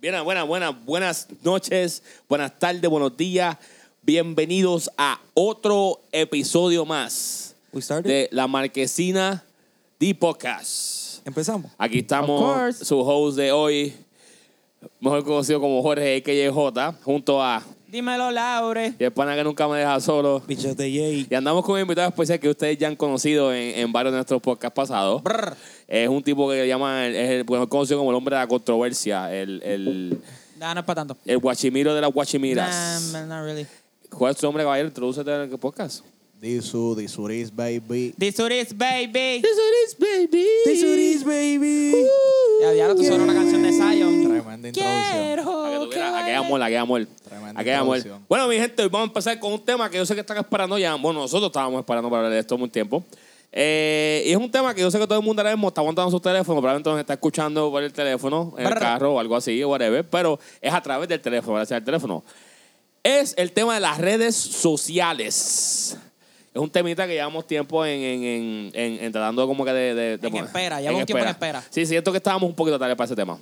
Bien, buenas, buenas, buenas noches, buenas tardes, buenos días. Bienvenidos a otro episodio más We started. de La Marquesina de Podcast. Empezamos. Aquí Of estamos, course. su host de hoy, mejor conocido como Jorge KJ, junto a Dímelo, Laure. y el pana que nunca me deja solo. Bichos de Jay. Y andamos con un invitado especial que ustedes ya han conocido en, en varios de nuestros podcasts pasados. Es un tipo que llaman, es el, bueno, conocido como el hombre de la controversia, el, el, Nah, no es para tanto. el guachimiro de las Nah, guachimiras. man, not really. ¿Cuál es tu nombre, caballero? Introdúcete en el podcast. Disu, Disuris, baby. This is baby. baby. baby. Ya, ya, tú suena una canción de Zion. Tremenda introducción. A que Quiero. tuviera, a que haya amor, a que haya amor. Tremenda A que haya amor. introducción. Bueno, mi gente, hoy vamos a empezar con un tema que yo sé que están esperando ya. Bueno, nosotros estábamos esperando para hablar de esto un tiempo. Eh, y es un tema que yo sé que todo el mundo ahora mismo está aguantando su teléfono, probablemente nos está escuchando por el teléfono, en el Brr. carro o algo así, o whatever, pero es a través del teléfono, gracias al teléfono. Es el tema de las redes sociales. Es un temita que llevamos tiempo en, en, en, en- en tratando como que de... de- de En espera, llevamos un tiempo en espera. Sí, siento que estábamos un poquito tarde para ese tema.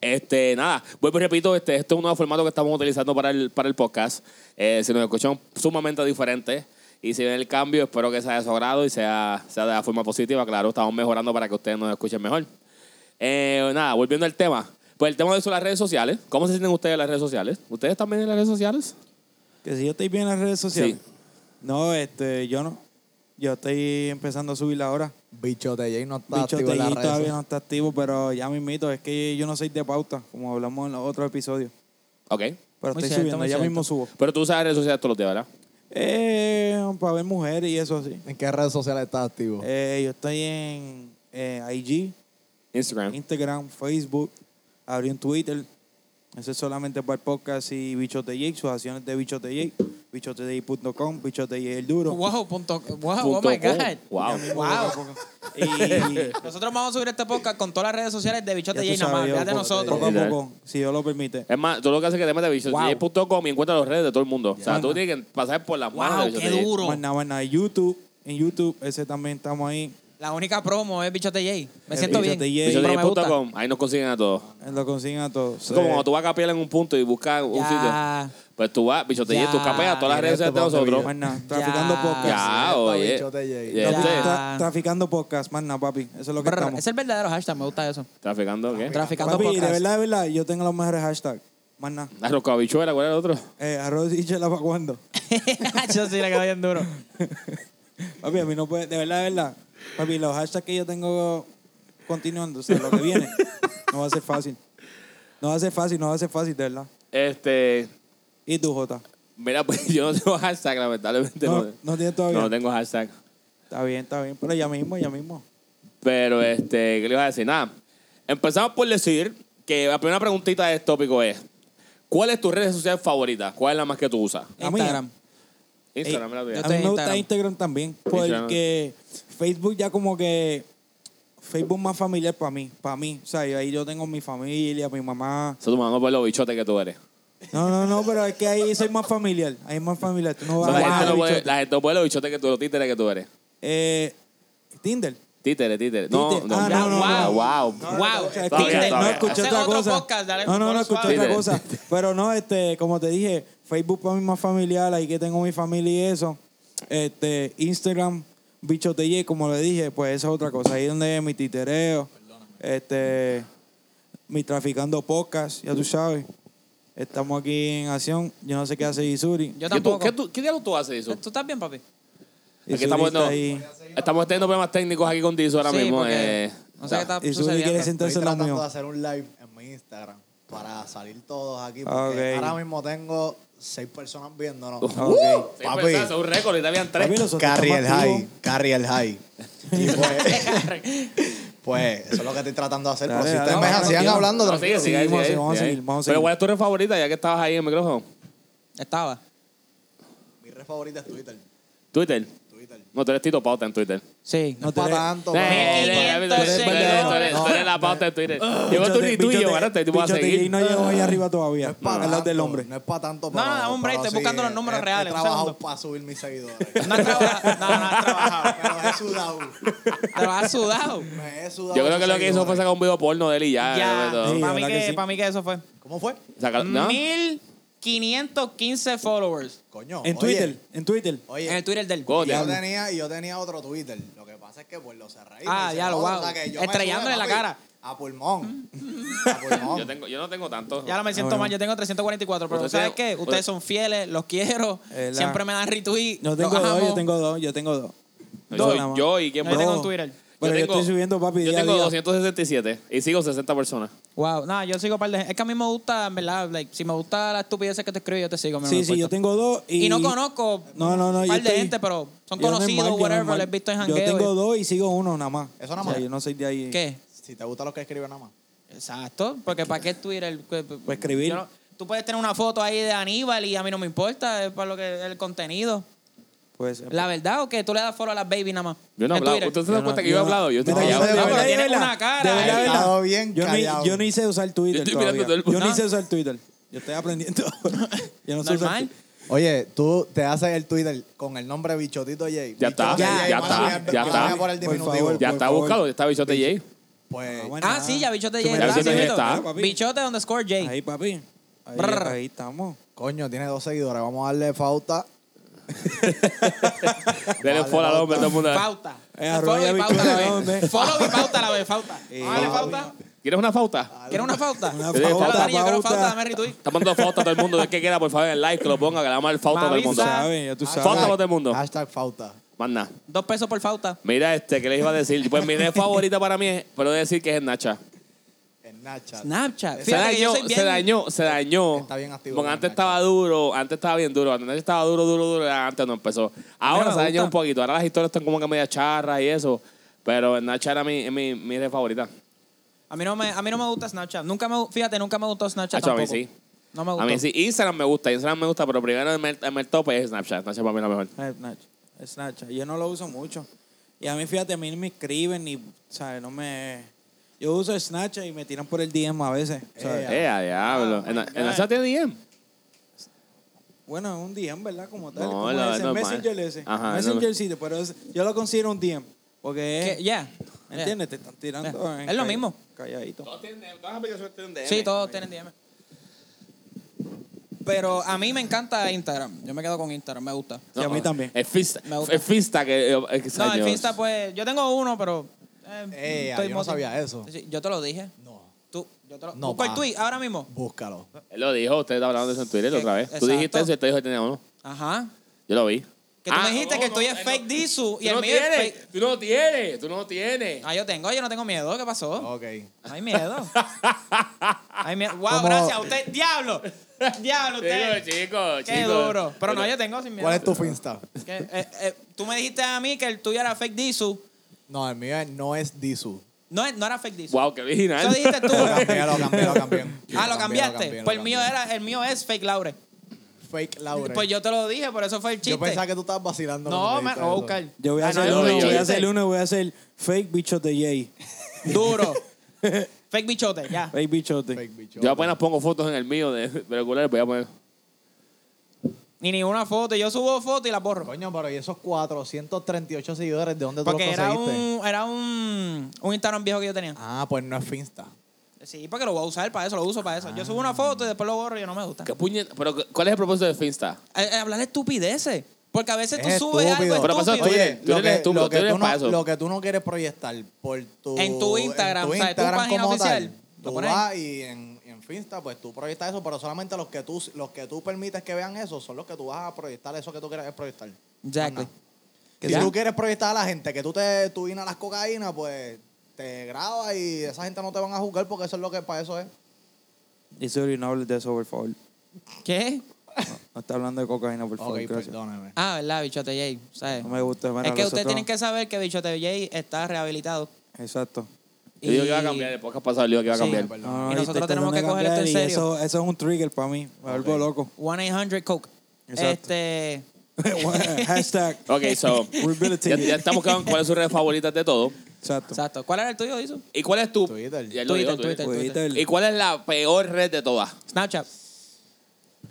Este, nada, vuelvo y repito, este, este es un nuevo formato que estamos utilizando para el, para el podcast. Eh, se nos escuchan sumamente diferentes. Y si ven el cambio, espero que sea de su agrado y sea, sea de la forma positiva. Claro, estamos mejorando para que ustedes nos escuchen mejor. Eh, nada, volviendo al tema. Pues el tema de eso, las redes sociales. ¿Cómo se sienten ustedes en las redes sociales? ¿Ustedes también en las redes sociales? Que si yo estoy bien en las redes sociales. Sí. No, este, yo no. Yo estoy empezando a subir ahora. Bichote Jay no está Bichos activo de en las Jay todavía redes. no está activo, pero ya mismito. Es que yo no soy de pauta, como hablamos en los otros episodios. Ok. Pero Muy estoy cierto, subiendo, muy ya cierto. mismo subo. Pero tú usas las redes sociales todos los días, ¿verdad? Eh, para ver mujeres y eso así. ¿En qué redes sociales está activo? Eh, yo estoy en eh, IG, Instagram. Instagram, Facebook, abrí un Twitter. Eso es solamente para el podcast y Bichote Jake, sus acciones de Bichote Jake, bichotejake.com, Bichote Jake el duro. Wow, punto, wow, oh Punto my com. God. Wow. Wow. Y Nosotros vamos a subir este podcast con todas las redes sociales de Bichote ya J tú nada más. sabes, Vean de poco- Poco nosotros. a poco, si Dios lo permite. Es más, tú lo que haces es que te metes a bichotj.com y encuentras las redes de todo el mundo. O sea, Ya. tú tienes que pasar por las manos de Wow, qué Bichotj. duro. Más nada, más nada. YouTube, en YouTube, ese también estamos ahí. La única promo es Bichote J. Me siento bien. eh, Bichote J. Pero me gusta. Bichotj.com, ahí nos consiguen a todos. Eh, Lo consiguen a todos. Es como Eh, cuando tú vas a capear en un punto y buscas un sitio. Ya. Pues tú vas, bichotellé, Ya. este tú capeas todas las redes sociales de Directo, papi, nosotros. más nada, traficando Ya. podcast. Ya, Directo a oye. Bichotellé. Ya Trafic- usted- Ya. tra- traficando podcast, más nada, papi. Eso es lo que Brr, estamos. Es el verdadero hashtag, me gusta eso. Traficando, ¿qué? Traficando Papi, de podcast. verdad, de verdad, yo tengo los mejores hashtags. Más nada. Arroz con habichuela, ¿cuál era el otro? Eh, arroz y chela para cuando. Yo sí le quedo bien duro. Papi, a mí no puede, de verdad, de verdad. Papi, los hashtags que yo tengo continuando, o sea, lo que viene, no va a ser fácil. No va a ser fácil, no va a ser fácil, de verdad. Este. ¿Y tú, Jota? Mira, pues yo no tengo hashtag, lamentablemente. No, no tienes todavía. No tengo hashtag. Está bien, está bien, pero ya mismo, ya mismo. Pero, este, ¿qué le iba a decir? Nada. Empezamos por decir que la primera preguntita de este tópico es: ¿Cuál es tu red social favorita? ¿Cuál es la más que tú usas? La mía. Instagram. Instagram, Ey, la tuya. yo a mí me estoy en gusta Instagram. Instagram también, Instagram. porque Facebook ya como que... Facebook más familiar para mí, para mí. O sea, yo ahí yo tengo mi familia, mi mamá. Eso tu mamá por los bichotes que tú eres. No, no, no, pero es que ahí soy más familiar. Ahí es más familiar. Tú no O vas sea, la, a gente no ver, puede, bicho. la gente no puede los bichotes que tú, los títeres que tú eres. Eh, Tinder. Títeres, títeres. No, Títeres. no, Ah, Ya, no, no, no. wow. No, no, Wow, eh, o sea, todavía, escuché- todavía. no escuché Ese otra es otro cosa. podcast, dale, no, no, no por escuché favor. otra Dile. cosa. Pero no, este, como te dije, Facebook para mí más familiar, ahí que tengo mi familia y eso. Este, Instagram, bichotelle, como le dije, pues esa es otra cosa. Ahí donde mi titereo, este, mi traficando podcast, ya tú sabes. Estamos aquí en acción. Yo no sé qué hace Isuri. Yo ¿Qué, tú- tampoco. qué tú- qué diablo tú haces, Dizu? ¿Tú estás bien, papi? Aquí Isuri estamos, está no, ahí. estamos teniendo problemas técnicos aquí con Dizu ahora Sí, mismo. porque eh, no sé qué está Isuri quiere sucediendo. sentarse Estoy en la tratando de mío. hacer un live en mi Instagram para salir todos aquí. Ah, Porque ok. ahora mismo tengo seis personas viéndonos. Uh, Ok. sí, Papi. pues, eso es un récord, ahorita habían tres. Papi, los otros Carry el estamos high. activos. Carry el high. Y pues, pues, eso es lo que estoy tratando de hacer. Dale, Pero si dale, ustedes me vamos, hacían tranquilo. hablando, No, tranquilo. sigue, sigue, Sí, sigue, vamos a seguir, sigue, vamos a sigue. seguir, vamos a Pero seguir. ¿cuál es tu red favorita ya que estabas ahí en el micrófono? Estaba. Mi red favorita es Twitter. Twitter. Twitter. No, tú eres Tito Pauta en Twitter. Sí. No No te para eres- tanto. Eh, bro. eh, eh, eh, 500 tú eres- tú eres- tú eres- seguidores. tú eres la pauta en Twitter. Llegó Ah. Bicho tu te- ni bicho tuyo, te- ahora te voy a bicho te- seguir. no llegó ahí arriba todavía. No es para es tanto, del hombre. No es para tanto. No, pero, no, hombre, pero estoy buscando los números he- reales, He un trabajado segundo. para subir mis seguidores. No has trabajado. No, no has trabajado. pero he sudado. Te lo has sudado. Me he sudado. Yo creo esos que lo que hizo fue seguidores. sacar un video porno Ah, de él y ya. Ya. ¿no? Sí, Para mí ¿verdad que que- sí? para mí que eso fue. ¿Cómo fue? Saca- ¿no? 1515 followers. Coño. En oye, Twitter, en Twitter. Oye. En el Twitter del Coño, y yo diablo. tenía, y yo tenía otro Twitter. Lo que pasa es que pues lo cerré. y Ah, me ya, lo cerró, guau. que yo me Estrellándole sube, papi, la cara. A pulmón. A pulmón. Yo, tengo, yo no tengo tanto. Ya ahora me siento bueno. mal, yo tengo 344, pero Usted ¿sabes tiene- qué? Ustedes son fieles, los quiero, Eh, la- siempre me dan retweet, Yo los tengo dos, amo. yo tengo dos, yo tengo dos. Yo, Dos soy nada más. yo y quién No, más. yo Bro. tengo en Twitter. Pero yo estoy subiendo, papi, Yo día a tengo día. 267 y sigo 60 personas. Wow, no, yo sigo un par de Es que a mí me gusta, en verdad, like, si me gusta la estupidez que te escribo, yo te sigo. a mí no me Sí, sí, importa. yo tengo dos y... Y no conozco No, no, no, un yo par de estoy- gente, pero son yo no es conocidos, mal, yo no es whatever, mal. los he visto en Yo jangueo. tengo y- dos y sigo uno nada más. Eso nada O sea, más. yo no soy de ahí. ¿Qué? Si te gustan los que escriben nada más. Exacto, porque ¿para qué Twitter? Pues escribir. tú puedes tener una foto ahí de Aníbal y a mí no me importa, es para lo que el contenido. Pues... ¿La verdad o que tú le das follow a las baby nada más? Yo no he En hablado. Twitter. ¿Ustedes se dan no- cuenta que yo yo he no- hablado? Yo estoy Mira, yo callado. de No, verdad, pero de tiene verdad, una cara. de ahí. verdad, de verdad. Callado, bien yo, ni, callado. yo ni sé usar Twitter Yo estoy todavía. mirando todo el Yo mundo. ni sé usar Twitter. Yo estoy aprendiendo. yo no sé usar Normal. Oye, tú te haces el Twitter con el nombre Bichotito J. Ya está, Bichote J, ya más está, bien, ya yo está. voy a por el Por diminutivo. favor. Ya está favor. buscado, ya está bichote Jay. Pues, Twitter. Ah, sí, ya bichote Tú J me Ya está. das- bichote J sí, está. bichote. Bichote underscore J. Ahí, papi. Ahí, Brr. ahí estamos. coño, tiene dos seguidores. Vamos a darle pauta. Dele Vale, follow al pauta. hombre, todo el mundo. Pauta. Eh, arroba follow y ya pauta a bichote, la ¿dónde? vez. Follow y pauta a la vez. Pauta. Dale pauta. ¿Quieres una pauta? ¿Quieres una pauta? Una pauta, Dale, Yo quiero pauta. pauta. Dame retweet. Está mandando pauta a todo el mundo. El que quiera, por favor, en like, que lo ponga, que le vamos a dar pauta a todo el mundo. Avisa. ¿Sabes? Ya tú Hashtag- Pauta sabes. para todo el mundo. Hashtag pauta. Más nada. Dos pesos por pauta. Mira, este, ¿qué les iba a decir? Pues mi red favorita para mí es, pero decir que es el Nacha. En Nacha. Snapchat. Se Fíjate que yo dañó, soy bien- se dañó, se dañó. Está bien activo, Porque bien antes enganchado. estaba duro, antes estaba bien duro. Antes estaba duro, duro, duro. Antes no empezó. Ahora me se dañó gusta. un poquito. Ahora las historias están como que media charras y eso. Pero en Nacha era mi, mi, mi red favorita. A mí no me, a mí no me gusta Snapchat. Nunca me, fíjate, nunca me gustó Snapchat Hacho, a mí tampoco. sí. No me A gustó. mí sí, Instagram me gusta, Instagram me gusta, pero primero en el, en el top es Snapchat. Snapchat para mí es la mejor. Snapchat. Snapchat. eh, Yo no lo uso mucho. Y a mí, fíjate, a mí ni me escriben ni, ¿sabes? No me... Yo uso Snapchat y me tiran por el DM a veces, ¿sabes? Eh, a diablo. en, en Snapchat tiene DM. Bueno, es un DM, ¿verdad? Como tal. No, como la- ese, normal. Messenger ese. Ajá, Messenger no- sí, pero es- yo lo considero un DM. Porque Que- es, Ya. Ya. ¿entiendes? Te están tirando. Ya. en Es lo call- mismo. Calladito. Todas las aplicaciones tienen DM. Sí, todos tienen DM. Pero a mí me encanta Instagram. Yo me quedo con Instagram, me gusta. Sí, a mí también. El Fista. Me gusta. El Fista que. eh, eh, que No, en años. Finsta, pues, yo tengo uno, pero. eh, Eh, estoy yo no moti- sabía eso. Sí, Yo te lo dije. No, Tú, yo te lo. No, Busca el pa. tweet ahora mismo. búscalo. Él lo dijo, usted está hablando de eso en Twitter otra vez. Tú Exacto. dijiste eso y usted dijo que tenía uno. Ajá. Yo lo vi. Que tú Ah, me dijiste no, que no, estoy en eh, fake no. disu Tú y el no mío es fake. tienes, tú no tienes, tú no tienes. Ah, yo tengo, yo no tengo miedo. ¿Qué pasó? Ok. No hay miedo. Hay miedo. Wow, Como- gracias a usted. Diablo. Diablo, usted. Chicos, chicos, Qué duro. Pero no, yo tengo sin miedo. ¿Cuál es tu Finsta? Que, eh, eh, tú me dijiste a mí que el tuyo era fake disu. No, el mío es- no es Disu. No, es- no era fake disu. Wow, qué original. Eso dijiste tú. Lo cambié, lo cambié, lo cambié. Ah, lo cambiaste. cambié, lo pues el mío cambié. era, el mío es fake Laure. Fake Laura. Pues yo te lo dije, por eso fue el chiste. Yo pensaba que tú estabas vacilando. no, cuando me man, dijiste lo voy a eso. buscar. Yo voy a Ah, no, hacer yo uno, lo vi, yo voy lo a vi. hacer uno, voy a hacer fake bichote Jay. Duro. Fake bichote, ya. Fake bichote. Fake bicho. Yo apenas pongo fotos en el mío de, de regular, voy a poner. Ni ninguna foto. Yo subo fotos y las borro. Coño, pero ¿y esos 438 seguidores de dónde tú Porque los era conseguiste? un, era un, un Instagram viejo que yo tenía. Ah, pues no es Finsta. Sí, porque lo voy a usar para eso, lo uso para eso. Yo subo una foto y después lo borro y no me gusta. ¿Qué puñet? Pero, ¿cuál es el propósito de Finsta? Eh, eh, hablar estupideces. Porque a veces tú Es subes estúpido. algo Pero pasó estúpido. Tú eres- Oye, tú lo eres que, estúpido, lo, tú que eres tú pa' no, eso. lo que tú no quieres proyectar por tu... En tu Instagram, o sea, tu página como tal, oficial, lo tú pones. vas y en, en Finsta, pues tú proyectas eso, pero solamente los que tú los que tú permites que vean eso son los que tú vas a proyectar eso que tú quieres proyectar. Exactly. Que Ya. si tú quieres proyectar a la gente que tú te tú inhalas cocaína, pues te grabas y esa gente no te van a juzgar porque eso es lo que para eso es. Y sorry, no hables de eso, por favor. ¿Qué? No está hablando de cocaína, por favor. Ok, gracias. perdóname. Ah, ¿verdad, Bichote Jay? ¿Sabes? No me gusta. mira, es que los ustedes otros- tienen que saber que Bichote Jay está rehabilitado. Exacto. Yo digo que iba a cambiar, el podcast pasado yo digo que iba a Sí. cambiar. Perdón. Y y nosotros estoy tenemos que tratando de coger esto en cambiar y serio. Eso, eso es un trigger para mí. Me vuelvo loco. 1-800 Coke. Exacto. Este. Hashtag. Ok, so. ya, Rehabilitated. ya estamos claros en cuáles son sus redes favoritas de todo. Exacto. Exacto. ¿Cuál era el tuyo, Isu? ¿Y cuál es tu. Twitter. Ya lo Twitter, digo, Twitter. Twitter, Twitter. ¿Y Pues, Twitter, cuál es la peor red de todas? Snapchat.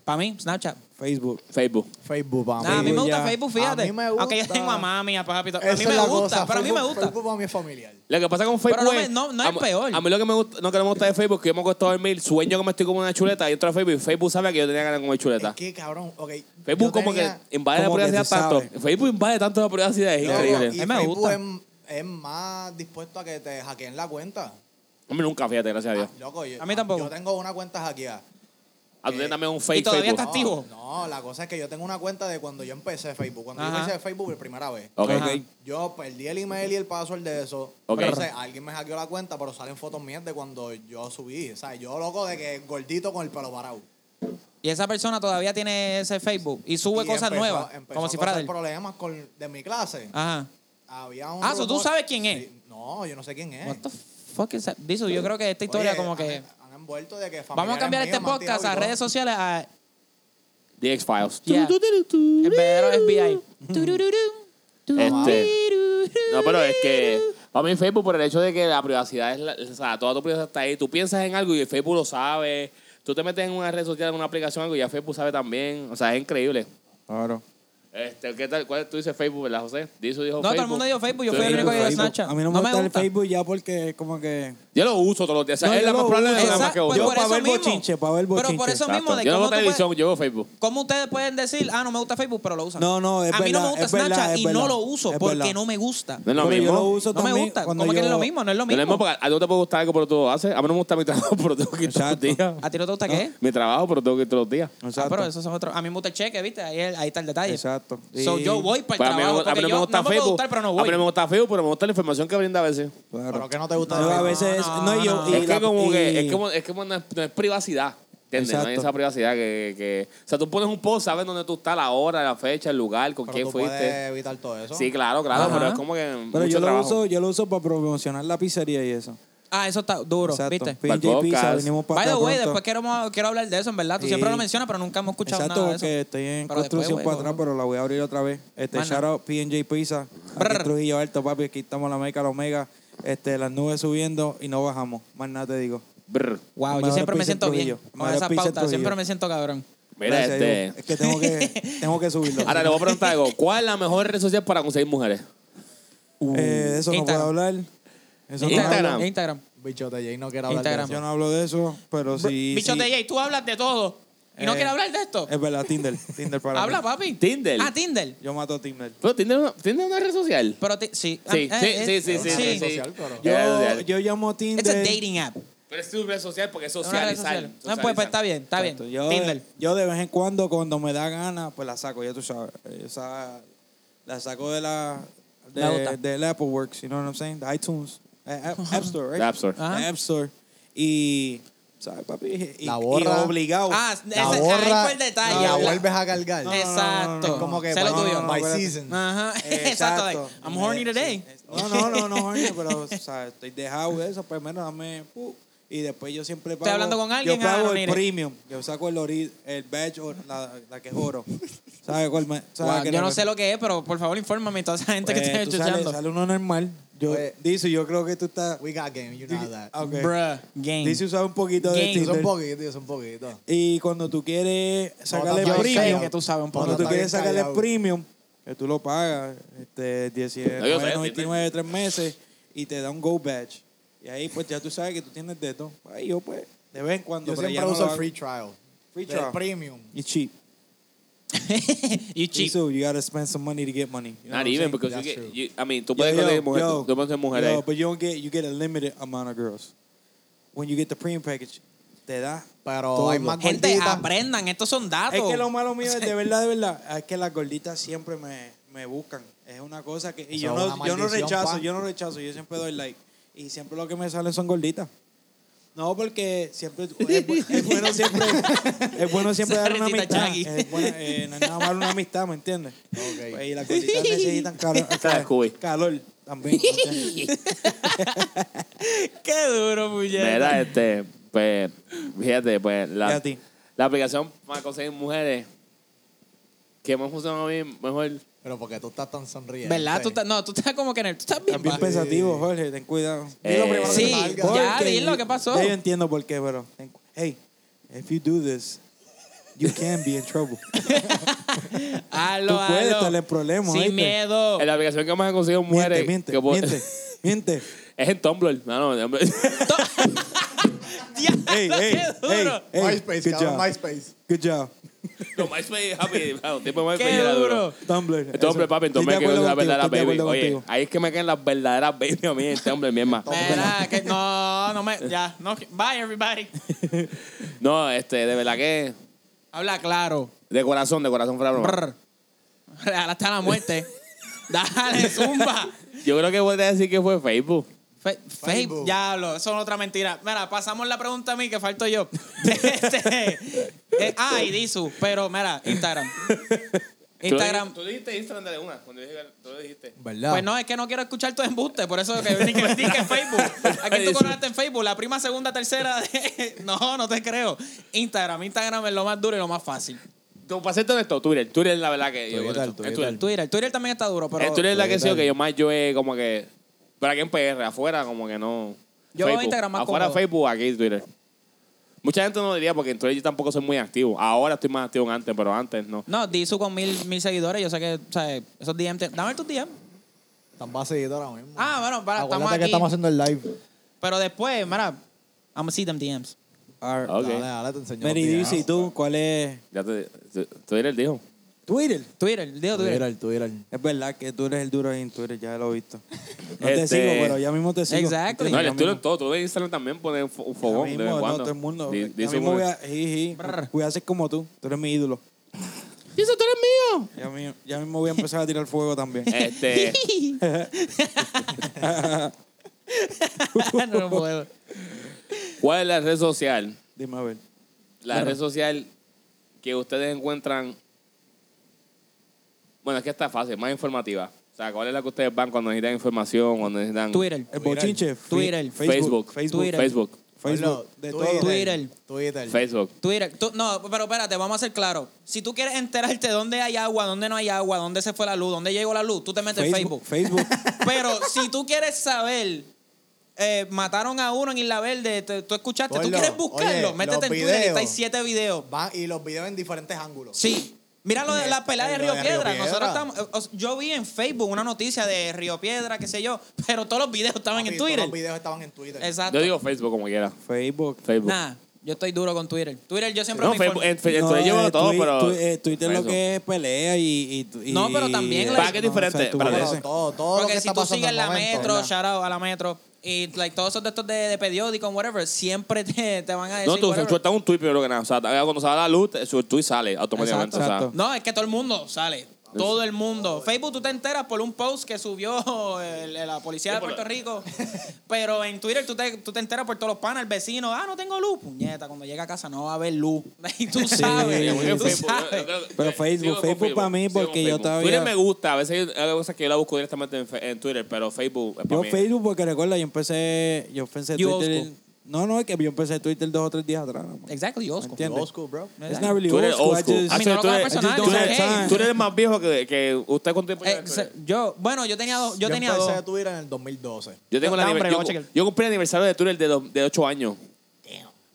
Para mí, Snapchat. Facebook. Facebook. Facebook, para Nah, a mí me Facebook gusta ya. Facebook, fíjate. A mí me Aunque yo gusta. tengo a mami, a papi, todo. Esa a mí es me la gusta, cosa, pero a mí me Facebook- gusta. Facebook para mí es familiar. Lo que pasa con Facebook no me- es- no- no es a mí- peor. A mí lo que me gusta, no que no me gusta de Facebook, que yo me acostó a dormir, sueño que me estoy como una chuleta y entro a Facebook y Facebook sabe que yo tenía ganas de comer chuleta. Es que, cabrón, ok. Facebook yo como tenía- que invade la como que privacidad te tanto. sabe. Facebook invade tanto la privacidad, es Loco, increíble. Y A mí me Facebook gusta. Es, es más dispuesto a que te hackeen la cuenta. A mí nunca, fíjate, gracias a Dios. Loco, yo, A mí tampoco. Yo tengo una cuenta hackeada. A tú tienes también un fake Y todavía Facebook. estás- Activo. No, la cosa es que yo tengo una cuenta de cuando yo empecé Facebook. Cuando Ajá. yo empecé Facebook la primera vez. Ok. Ajá. Yo perdí el email y el password de eso. Ok. Entonces, alguien me hackeó la cuenta, pero salen fotos mías de cuando yo subí. O sea, yo loco de que gordito con el pelo parado. Y esa persona todavía tiene ese Facebook y sube Y cosas empezó- nuevas, empezó como a si fuera de causar él. problemas con, de mi clase. Ajá. Había un Ah, so tú rumor- sabes quién es. Sí. No, yo no sé quién es. What the fuck is that? Dizu, yo creo que esta historia Eh. Oye, eh, como han- que... Han, envuelto de que Vamos a familiares cambiar este míos me han tirado podcast a y todo. redes sociales a... The X-Files. Yeah. El verdadero FBI. Este, No, pero es que para mí Facebook por el hecho de que la privacidad es la, o sea, toda tu privacidad está ahí. Tú piensas en algo y Facebook lo sabe. Tú te metes en una red social, en una aplicación, algo y ya Facebook sabe también. O sea, es increíble. Claro. Este, ¿qué tal? ¿Cuál tú dices Facebook, verdad, José? Dizo, dijo No, Facebook. todo el mundo dijo Facebook, yo Tú fui el dices único que dijo Facebook. Snapchat. A mí no me gusta el Facebook ya porque es como que... Yo lo uso todos los días. O sea, No, es yo la más lo probable uso. de las más Exacto, pues que uso. Yo por pa' eso ver mismo. bochinche, pa' ver Pero por bochinche. eso Exacto. mismo, de yo no cómo veo tú televisión, puedes- yo veo Facebook. ¿Cómo ustedes pueden decir, ah, no me gusta Facebook, pero lo usan? No, no, es A mí no me verdad, gusta es verdad, Snapchat es y no verdad, lo uso es porque verdad. no me gusta. No es lo Pero mismo. yo lo uso No me también gusta. cuando ¿Cómo que no es yo- lo mismo? No es lo No es lo mismo mismo. porque a ti no te puede gustar algo, pero tú lo haces. A mí no me gusta mi trabajo, pero tengo que ir todos los Exacto. días. A ti no te gusta qué? Mi trabajo, pero tengo que ir todos los días. Ah, Exacto. pero esos son otros. A mí me gusta el cheque, ¿viste? Ahí, es- ahí está el detalle. Exacto. So, Sí. yo voy para el Pues a mí no- trabajo. a mí porque no yo me gusta no me Facebook. gusta, pero no A mí no me voy. gusta Facebook, pero me gusta la información que brinda a veces. Claro. Pero que no te gusta de Yo a Facebook. veces... No, No, no, y yo... no. Ah, y es que la- como y- que es como, es como no, es, no es privacidad ¿entiendes? no hay Exacto. esa privacidad que, que o sea tú pones un post sabes dónde tú estás la hora la fecha el lugar con Pero quién tú fuiste puedes evitar todo eso. sí claro claro Ajá. pero es como que Pero mucho yo lo, trabajo. uso, yo lo uso para promocionar la pizzería y eso. Ah, eso está duro, Exacto. ¿viste? Para el PJ Pizza, podcast. venimos para By the acá way, pronto. después quiero, quiero hablar de eso, en verdad. Tú Sí. siempre lo mencionas, pero nunca hemos escuchado Exacto, nada de eso. porque estoy en Pero después, construcción güey, para atrás, güey. pero la voy a abrir otra vez. Este, Mano. shout out PJ Pizza, aquí Brr. en Trujillo Alto, papi, aquí estamos la meca, la omega, este, las nubes subiendo y no bajamos. Más nada te digo. Brr. Wow, yo Mejor siempre me pizza en siento bien Trujillo. con Mejor esa pizza en pauta. Siempre Trujillo. me siento cabrón. mira Gracias, Dios. este Es que tengo que, tengo que subirlo. ahora le voy a preguntar algo ¿cuál es la mejor red social para conseguir mujeres? Eh, de eso Instagram. no puedo hablar. Eso no Instagram. hablo. Instagram. Bichote Jay no quiere hablar de Instagram. yo eso. no hablo de eso, pero sí. Bicho sí. de Jay, tú hablas de todo. ¿Y no Eh, quieres hablar de esto? Es verdad, Tinder. Tinder para Habla, mí. papi. Tinder. Ah, Tinder. Yo mato a Tinder. pero ¿tiene una, ¿tiene una red social? Pero ti- sí. Ah, sí, eh, sí, sí, eh, sí, sí, una sí, red sí. social, pero- Es una red Yo, social. yo llamo a Tinder. It's a dating app. pero es tu red social porque es Es una red socializar social. Ah, pues, pues está bien, está bien. Exacto. Yo, Tinder. yo de vez en cuando, cuando me da gana, pues la saco, ya tú sabes. Eh, Esa, la saco de la de, La bota. del Apple Works, you know what I'm saying? The iTunes, eh, App, App Store, right? The App Store. The Ajá. App Store. Y, ¿sabes, papi? Y, La y borra. obligado. Ah, La ese- ahí borra, fue el detalle. la habla- vuelves a cargar. No, no, no, Exacto. no, no, Es como que Sé lo by- tuyo. Ah. by Acuérdate. season. Ajá. Exacto. like, I'm horny today. Eh, Sí. No, no, no, no, horny, pero, ¿sabes? Estoy dejado de eso, pues menos dame. pu, y después yo siempre pago. hablando con alguien, Yo ah, no, pago el mire. premium. Yo saco el, ori- el badge, o la, la que es oro. ¿Sabes cuál me- sabes Wow, que yo la- no sé lo que es, pero por favor infórmame a toda esa gente Pues, que tú está sale, escuchando. sale uno normal. Yo, Oye. dice, yo creo que tú estás. We got game, you know that. Ah, ok. Bruh, game. Dice usar un poquito Game. de Es un Tinder. poquito, es un poquito. Y cuando tú quieres sacarle Yo sé premium, que tú sabes un cuando poquito. tú quieres Está bien sacarle callado. premium, que tú lo pagas, este, 19, No, yo sé, Tinder. tres meses, y te da un go badge. Y ahí, pues, ya tú sabes que tú tienes de todo. Ahí yo, pues, de vez en cuando, Yo pero siempre ya no uso lo hago. free trial. Free Del trial. Premium. Y cheap. you cheap. So you gotta spend some money to get money. You Not know what I'm even, saying? because you That's get- true. you- I mean, tú Yo, puedes yo, conseguir mujeres, yo, tú puedes conseguir mujeres. yo, but you don't get, you get a limited amount of girls. When you get the premium package, te da Pero todo. hay más Gente, gorditas. aprendan, estos son datos. Es que lo malo mío, es, de verdad, de verdad, es que las gorditas siempre me, me buscan. Es una cosa que. Y Eso yo es no, una yo no maldición, rechazo, pa. yo no rechazo, yo siempre doy like. Y siempre lo que me salen son gorditas. No, porque siempre es, bu- es bueno siempre es bueno siempre Esa dar una risita amistad. chagui. Es bueno, eh, no es nada malo una amistad, ¿me entiendes? Ok. Pues, y las gorditas necesitan calor, Esa es Cuy. calor también. ¿me entiendes? Qué duro, mujer. Mira, este, pues, fíjate, pues, Y la, a ti. la aplicación para conseguir mujeres, que me funciona a mí mejor. Pero porque tú estás tan sonriente. ¿Verdad? Tú estás, no, tú estás como que en el. Tú estás bien. Estás bien bajo. pensativo, Jorge, ten cuidado. Eh, Dilo primero que sí. salga. Por- Ya, Porque dilo, yo- ¿qué pasó? Ya yo entiendo por qué, pero. ten cu- Hey, if you do this, you can be in trouble. Hazlo, Tú puedes hazlo. estar en problemas, Sin ¿oíste? miedo. En la aplicación que más he conseguido mujeres. Miente, miente, que puedo- miente, miente. Es en Tumblr. No, no, en Tumblr. Diablo, Hey, qué hey, hey, duro. hey. MySpace, good cabrón, job. MySpace. Good job. No, MySpace, happy. Claro, tipo de MySpace Qué era duro. Tumblr. En Tumblr, eso. Este papi, en Tumblr Estoy que de es la acuerdo verdadera contigo, baby. estoy de acuerdo Oye, contigo. ahí es que me caen las verdaderas baby a mí en Tumblr, mi hermano. Mira, que no, no me. Ya, no. que- Bye, everybody. No, este, de verdad que. Habla claro. De corazón, de corazón, fuera broma. Brr. Hasta la muerte. Dale, zumba. Yo creo que voy a decir que fue Facebook. Fe- Facebook. Facebook. Diablo, eso es otra mentira. Mira, pasamos la pregunta a mí que falto yo. Este, eh, ah, y Disu, pero mira, Instagram. Instagram. dijiste Instagram de una, cuando dije, tú lo dijiste. ¿Verdad? Pues no, es que no quiero escuchar tu embuste, por eso que ni que, ni que Facebook. Aquí tú conoces en Facebook, la prima, segunda, tercera. de- No, no te creo. Instagram, Instagram es lo más duro y lo más fácil. Tú, para serte honesto, Twitter. Twitter es la verdad que yo Twitter, contesto. Twitter. Es Twitter. Twitter, Twitter también está duro, pero. Es Twitter es la que Twitter. sí, que yo más yo he como que... Pero aquí en PR, afuera como que no... Yo veo Instagram más Afuera cómodo. Facebook, aquí Twitter. Mucha gente no diría porque en Twitter yo tampoco soy muy activo. Ahora estoy más activo que antes, pero antes no. No, Disu con mil, mil seguidores, yo sé que, o sea, esos DM. te- Dame tus DM. Están vacíos ahora mismo. Ah, bueno, para, Acuérdate estamos que aquí. estamos haciendo el live. Pero después, mira, I'm gonna see them DMs. Alright. Ah, Ok. Ah, Dale, dale, te enseño. Mary los Dice, ¿y días. tú cuál es? Ya te... te- Twitter dijo. Twitter. Twitter, digo Twitter. Twitter, Twitter. Es verdad que tú eres el duro ahí en Twitter, ya lo he visto. No Este- te sigo, pero ya mismo te sigo. Exactly. Sí, no, yo el Ya estilo en mismo. todo. Tú en Instagram también pones un fo- un Ya fogón de vez mismo, en no, cuando. todo el mundo. Di- Ya dice mismo un- voy a, sí, sí, Brr. voy a ser como tú. Tú eres mi ídolo. ¡Dice, tú eres mío! Ya, mi- ya mismo voy a empezar a tirar fuego también. Este... no puedo. ¿Cuál es la red social? Dime a ver. La red social que ustedes encuentran... Bueno, es que está fácil, más informativa. O sea, ¿cuál es la que ustedes van cuando necesitan información, cuando necesitan... Twitter. El bochinche. fi- Twitter. Facebook. Facebook. Twitter. Facebook. Facebook. Ponlo, De Twitter, todo. Twitter. Twitter. Facebook. Twitter. Tú- no, pero espérate, vamos a ser claros. Si tú quieres enterarte dónde hay agua, dónde no hay agua, dónde se fue la luz, dónde llegó la luz, tú te metes en Este Facebook. Facebook. Pero si tú quieres saber, eh, mataron a uno en Isla Verde, te- tú escuchaste, tú Ponlo. quieres buscarlo, Oye, métete en los Twitter y videos. está, hay siete videos. Van y los videos en diferentes ángulos. Sí. Mira lo de la pelea de Lo Río de Río Piedra. Piedra. Nosotros estamos, eh, os- yo vi en Facebook una noticia de Río Piedra, qué sé yo, pero todos los videos estaban Papi, en todos Twitter. Los videos estaban en Twitter. Exacto. Yo digo Facebook como quiera. Facebook. Facebook. Nah, yo estoy duro con Twitter. Twitter yo siempre no, me Facebook, informo. en, en No, Twitter yo eh, veo todo, Twi- pero... Twi- eh, Twitter lo Facebook. que es pelea y... y- y- No, pero y- también la- Para que es No, o sea, diferente, tú para que- puedes- Todo, todo, todo lo que Porque si está tú pasando sigues en la el momento. metro, ¿verdad? shout out a la metro, y like, todos esos de estos de, de periódicos, whatever, siempre te, te van a decir. No, tú whatever. sueltas un tweet primero que nada. O sea, cuando se va la luz, su tweet sale automáticamente. Exacto. o sea. Exacto. No, es que todo el mundo sale. Todo el mundo. Facebook tú te enteras por un post que subió el- la policía de Sí, por Puerto la- Rico. Pero en Twitter tú te, tú te enteras por todos los panas, el vecino. Ah, no tengo luz. Puñeta, cuando llega a casa no va a haber luz. Y tú Sí, sabes. Yo creo que tú Facebook, yo- sabes. yo creo que- Pero yo- Facebook, sigo con Facebook para mí, sigo con porque yo Facebook. todavía- Twitter me gusta. A veces hay hay cosas que yo la busco directamente en, fe- en Twitter, pero Facebook es para Yo mí. Facebook porque recuerda, yo empecé, yo empecé You old Twitter. school. No, no, es que yo empecé Twitter dos o tres días atrás. ¿no? Exacto, yo ¿Me entiendes? Old school, bro. It's not really Tú old eres school. old I school. just- A mí no lo tú, cojas eres, eh, personal, tú, eres, it's okay. tú eres más viejo que, que usted con Eh, tiempo. lleva en Twitter? yo, bueno, yo tenía dos. Yo, tenía empecé dos. de Twitter en el 2012. Yo tengo No, la hombre, aniver- lo yo, voy a chequear. yo cumplí el aniversario de Twitter de, do- de 8 años.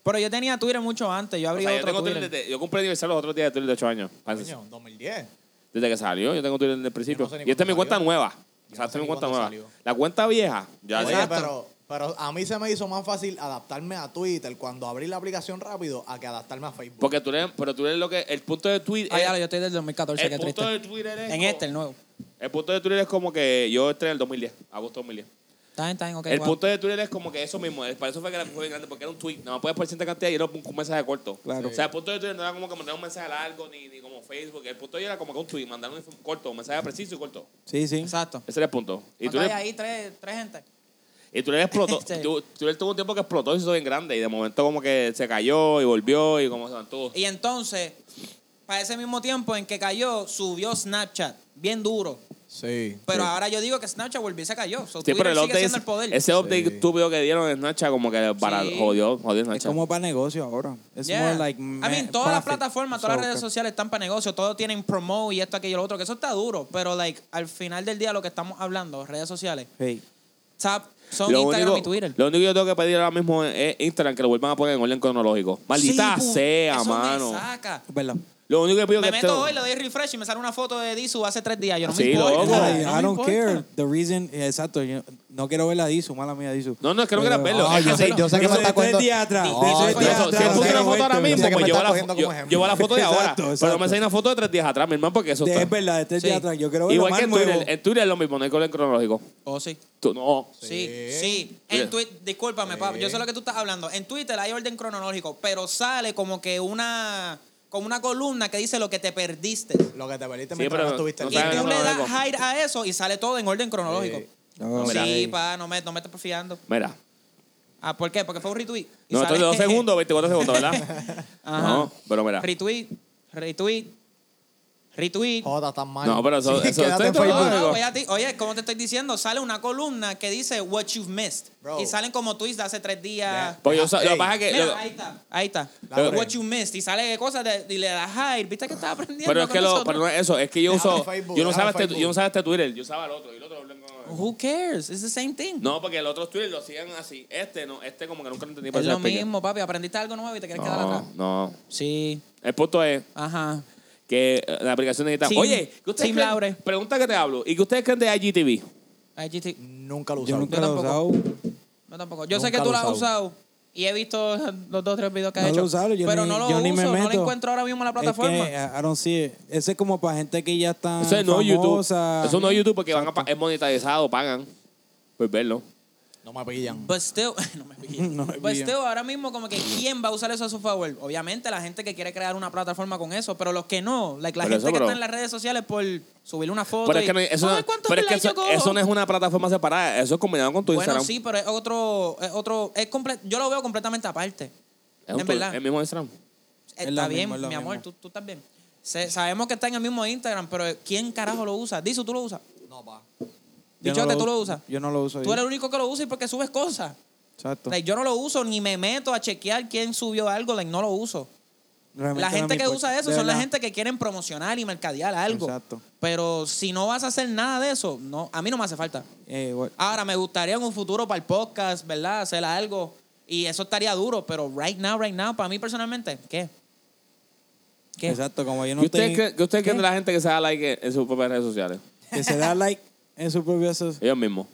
Pero yo tenía Twitter mucho antes. Yo O abrí sea, yo, otro tengo Twitter Twitter. desde- yo cumplí el aniversario los otros días de Twitter de 8 años. Coño, 2010. Desde que salió, yo tengo Twitter desde el principio. sé ni y esta es mi cuándo cuenta salió. nueva. O Yo sea, no esta sé es mi ni cuenta cuándo nueva. salió. La cuenta vieja, ya Oye, ya- pero, pero a mí se me hizo más fácil adaptarme a Twitter cuando abrí la aplicación rápido a que adaptarme a Facebook. Porque tú eres, pero tú eres lo que. El punto de Twitter. Ah, ya, yo estoy del 2014, qué Eh, el punto triste. de Twitter es. En como- este, el nuevo. El punto de Twitter es como que yo entré en el 2010, agosto 2010. Está bien, está bien, ok. el wow. punto de Twitter es como que eso mismo. es- Para eso fue que la fue grande, porque era un tweet. No puedes poner cierta cantidad y era un, un mensaje corto. Claro. O sea, el punto de Twitter no era como que mandar un mensaje largo ni, ni como Facebook. El punto de Twitter era como que un tweet, mandar un inf- corto, un mensaje preciso y corto. Sí, sí. Exacto. Ese era el punto. Y Y Twitter, ahí tres, tres gente. y Twitter explotó. Sí. tu- Twitter tuvo un tiempo que explotó y se hizo bien grande. Y de momento como que se cayó y volvió y como se mantuvo. Y entonces, para ese mismo tiempo en que cayó, subió Snapchat, bien duro. Sí. Pero ahora yo digo que Snapchat volvió y se cayó. So, Sí, pero Twitter el sigue update, siendo el poder. ese update Sí. estúpido que dieron en Snapchat como que para, Sí. jodió, jodió Es Snapchat. como para negocio ahora. Es Yeah. more like I me- mean, todas las profit. plataformas, todas So, las redes que- sociales están para negocio, todos tienen promo y esto, aquello, lo otro, que eso está duro, pero like al final del día lo que estamos hablando, redes sociales, Hey. tap, son Instagram y Twitter. Lo único que yo tengo que pedir ahora mismo es Instagram que lo vuelvan a poner en orden cronológico. Maldita Sí, pu- sea, eso me mano. saca. Verdad. Lo único que pido Me que meto te- hoy, le doy refresh y me sale una foto de Disu hace tres días. Yo no Sí, me importa. loco. Ay, no I me don't importa. care. The reason, exacto, yo no quiero ver la Disu, mala mía Disu. No, no, es que no quieras verlo. Ah, Es que yo sé- sí. yo sé que me Eso está de tres cogiendo- días atrás. No, de tres Por Ya, días eso, atrás, si él no puso quiero una foto ahora verte, mismo, Dice que pues me llevo está la, cogiendo fo- como yo- ejemplo. llevo la foto de ahora. Exacto, Pero exacto. me sale una foto de tres días atrás, mi hermano, porque eso De- está. Es verdad, de tres Sí. días atrás. Yo quiero ver Igual lo que en más nuevo. Twitter. En Twitter es lo mismo, no hay que orden cronológico. Oh, sí. Tú no. Sí, Sí. sí. En Twitter, discúlpame, papi, yo sé lo que tú estás hablando. En Twitter hay orden cronológico, pero sale como que una como una columna que dice lo que te perdiste. Lo que te perdiste Sí, mientras pero no estuviste no Y en saben- línea. tú le das cronológico. hide a eso y sale todo en orden cronológico. Sí. No, mira. Sí, pa, no me, no me estás fiando. Mira. Ah, ¿por qué? Porque fue un retweet. y No, esto sale- es de dos segundos, 24 segundos, ¿verdad? Ajá. No, pero mira. Retweet, retweet, retweet. Joda, tan mal. No, pero eso- Sí, eso- quédate en esto es No, todo- Facebook. no, voy a ti- oye, como te estoy diciendo, sale una columna que dice what you've missed. Bro. Y salen como tweets de hace tres días. Yeah. Porque Pues yo, sa- lo que Ey. pasa es que. Mira, lo- ahí está, ahí está. La What abren. you missed. Y sale cosas de, y le das hide. ¿Viste que estaba aprendiendo? pero es con que lo, nosotros? pero no es eso, es que yo Déjalo uso. en Facebook, yo, no déjalo usaba en este, Facebook. yo no usaba este Twitter, yo usaba el otro. Y el otro lo orden cronológico. Who cares? It's the same thing. No, porque los otros Twitter lo hacían así. Este no, este como que nunca lo entendí por es eso lo lo expliqué. mismo, papi. Aprendiste algo nuevo y te quieres quedar atrás. No, no. Sí, El punto es ajá. que eh, la aplicación necesita. Team- Oye, ¿qué ustedes Team creen- Laure. Pregunta que te hablo. ¿Y qué ustedes creen de IGTV? IGT. Nunca lo Yo usaba. nunca Yo lo he tampoco. usado. No tampoco. Yo sé Nunca que lo tú lo has usaba. usado. Y he visto los dos o tres videos que has No lo hecho. he usado, yo pero ni- no lo yo uso, ni me no lo meto. encuentro ahora mismo en la Es plataforma. que, eh, I I don't see it. Ese es como para gente que ya Ah, está Eso es no YouTube. famosa. Eso no es YouTube porque van a pa- es monetizado, pagan. Pues verlo. No me ¿Mm? pillan. But still, Pues no me pillé. No me But pillé. still, ahora mismo como que quién va a usar eso a su favor. Obviamente la gente que quiere crear una plataforma con eso, pero los que no, like, la Pero gente eso, que bro. está en las redes sociales por subir una foto. Pero es y, que, no, eso, "Ay, no- ¿cuántos pero es que likes yo eso, cojo?" eso no es una plataforma separada. Eso es combinado con tu Bueno, Instagram. sí, pero es otro, es otro, es comple- yo lo veo completamente aparte. es un en tu- verdad. el mismo Instagram. Es Está lo bien, mismo, es lo mi amor, mismo. tú, tú estás bien. Se- sabemos que está en el mismo Instagram, pero ¿quién carajo lo usa? Dizu, tú lo usas. No, pa. Yo Dicho no que tú lo usas. Yo no lo uso. Tú yo. eres el único que lo usa y porque subes cosas. Exacto. Like, yo no lo uso, ni me meto a chequear quién subió algo, like, no lo uso. Realmente La no gente me que importa. usa eso De son la verdad. gente que quieren promocionar y mercadear algo. Exacto. Pero si no vas a hacer nada de eso, no, a mí no me hace falta. Eh, bueno, Ahora, me gustaría en un futuro para el podcast, ¿verdad? Hacer algo. Y eso estaría duro, pero right now, right now, para mí personalmente, ¿qué? ¿Qué? Exacto, como yo ¿Qué no ustedes tengo creen- qué ustedes creen ¿Qué? de la gente que se da like en- en sus propias redes sociales? que se da like en sus propios so- Ellos mismos.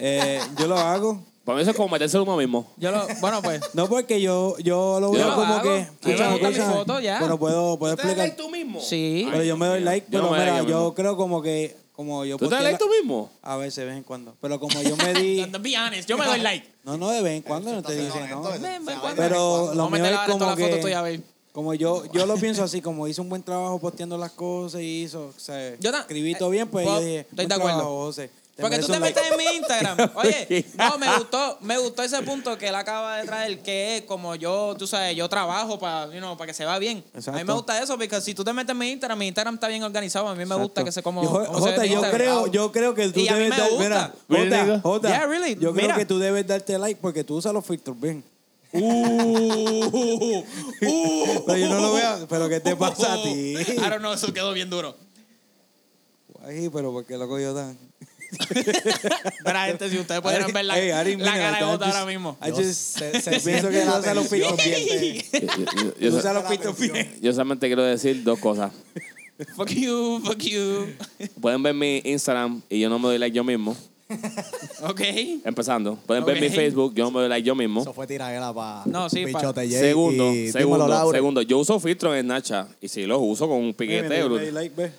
eh, yo lo hago. Para mí eso es como meterse uno mismo. Yo lo, bueno, pues. No porque yo, yo lo Yo uso lo como hago. que. Yo me escúchame, gusta mi escúchame. foto, ya. Pero puedo, puedo explicar. tú mismo? Sí. Ay, Pero yo me doy Dios mío. like, Yo no pero me doy mira, like a mí yo mismo. creo como que. Como yo ¿Tú te das posteo like tú la- mismo? A veces, de vez en cuando. Pero como yo me di. Be honest, yo me doy like. No, no, de vez en cuando no te Entonces, dicen, no, no. entonces, Ven, ven, se cuando- Pero No lo me mío te es la- toda como la foto tuya, a que ver. como yo yo lo pienso así, como hizo un buen trabajo posteando las cosas y hizo, o sea, Yo ta- escribí eh, todo bien, pues puedo- yo dije, estoy buen de acuerdo. trabajo, José. Porque mereces tú te un metes like. en mi Instagram. Oye, no, me gustó, me gustó ese punto que él acaba de traer, que es como yo, tú sabes, yo trabajo para you know, para que se va bien. A mí me Exacto. gusta eso, porque si tú te metes en mi Instagram, mi Instagram está bien organizado, a mí me gusta Exacto. que se como... Yo- cómo se ve Jota, mi yo Instagram. Ah, creo, yo creo que tú Y a mí debes me dar- gusta. mira, Really, nigga? Jota, Jota, Yeah, really. yo Mira. creo que tú debes darte like porque tú usas los filtros bien. Uh, uh, Pero yo no lo veo, pero ¿qué te pasa a ti? I don't know, eso quedó bien duro. Ay, pero porque loco yo tan. Pero gente, si ustedes pudieran ver la, Hey, I didn't la mean it cara de like Jota that. ahora mismo. I just- se- se pienso que siente tú la usas los tensión. filtros bien. Yo- yo- yo- Tú yo- usas los la filtros tensión. bien. Yo solamente quiero decir dos cosas. Fuck you, fuck you. Pueden ver mi Instagram y yo no me doy like yo mismo. Ok. Empezando. Pueden Ok. ver mi Facebook, yo no me doy like yo mismo. Eso fue tiradera para No, sí, pa- Bichote Jay segundo, y- segundo, Dímelo, Laure. segundo. Yo uso filtros en Nacha y si los uso con un piquete, Mira, bruto. mira, like, ve.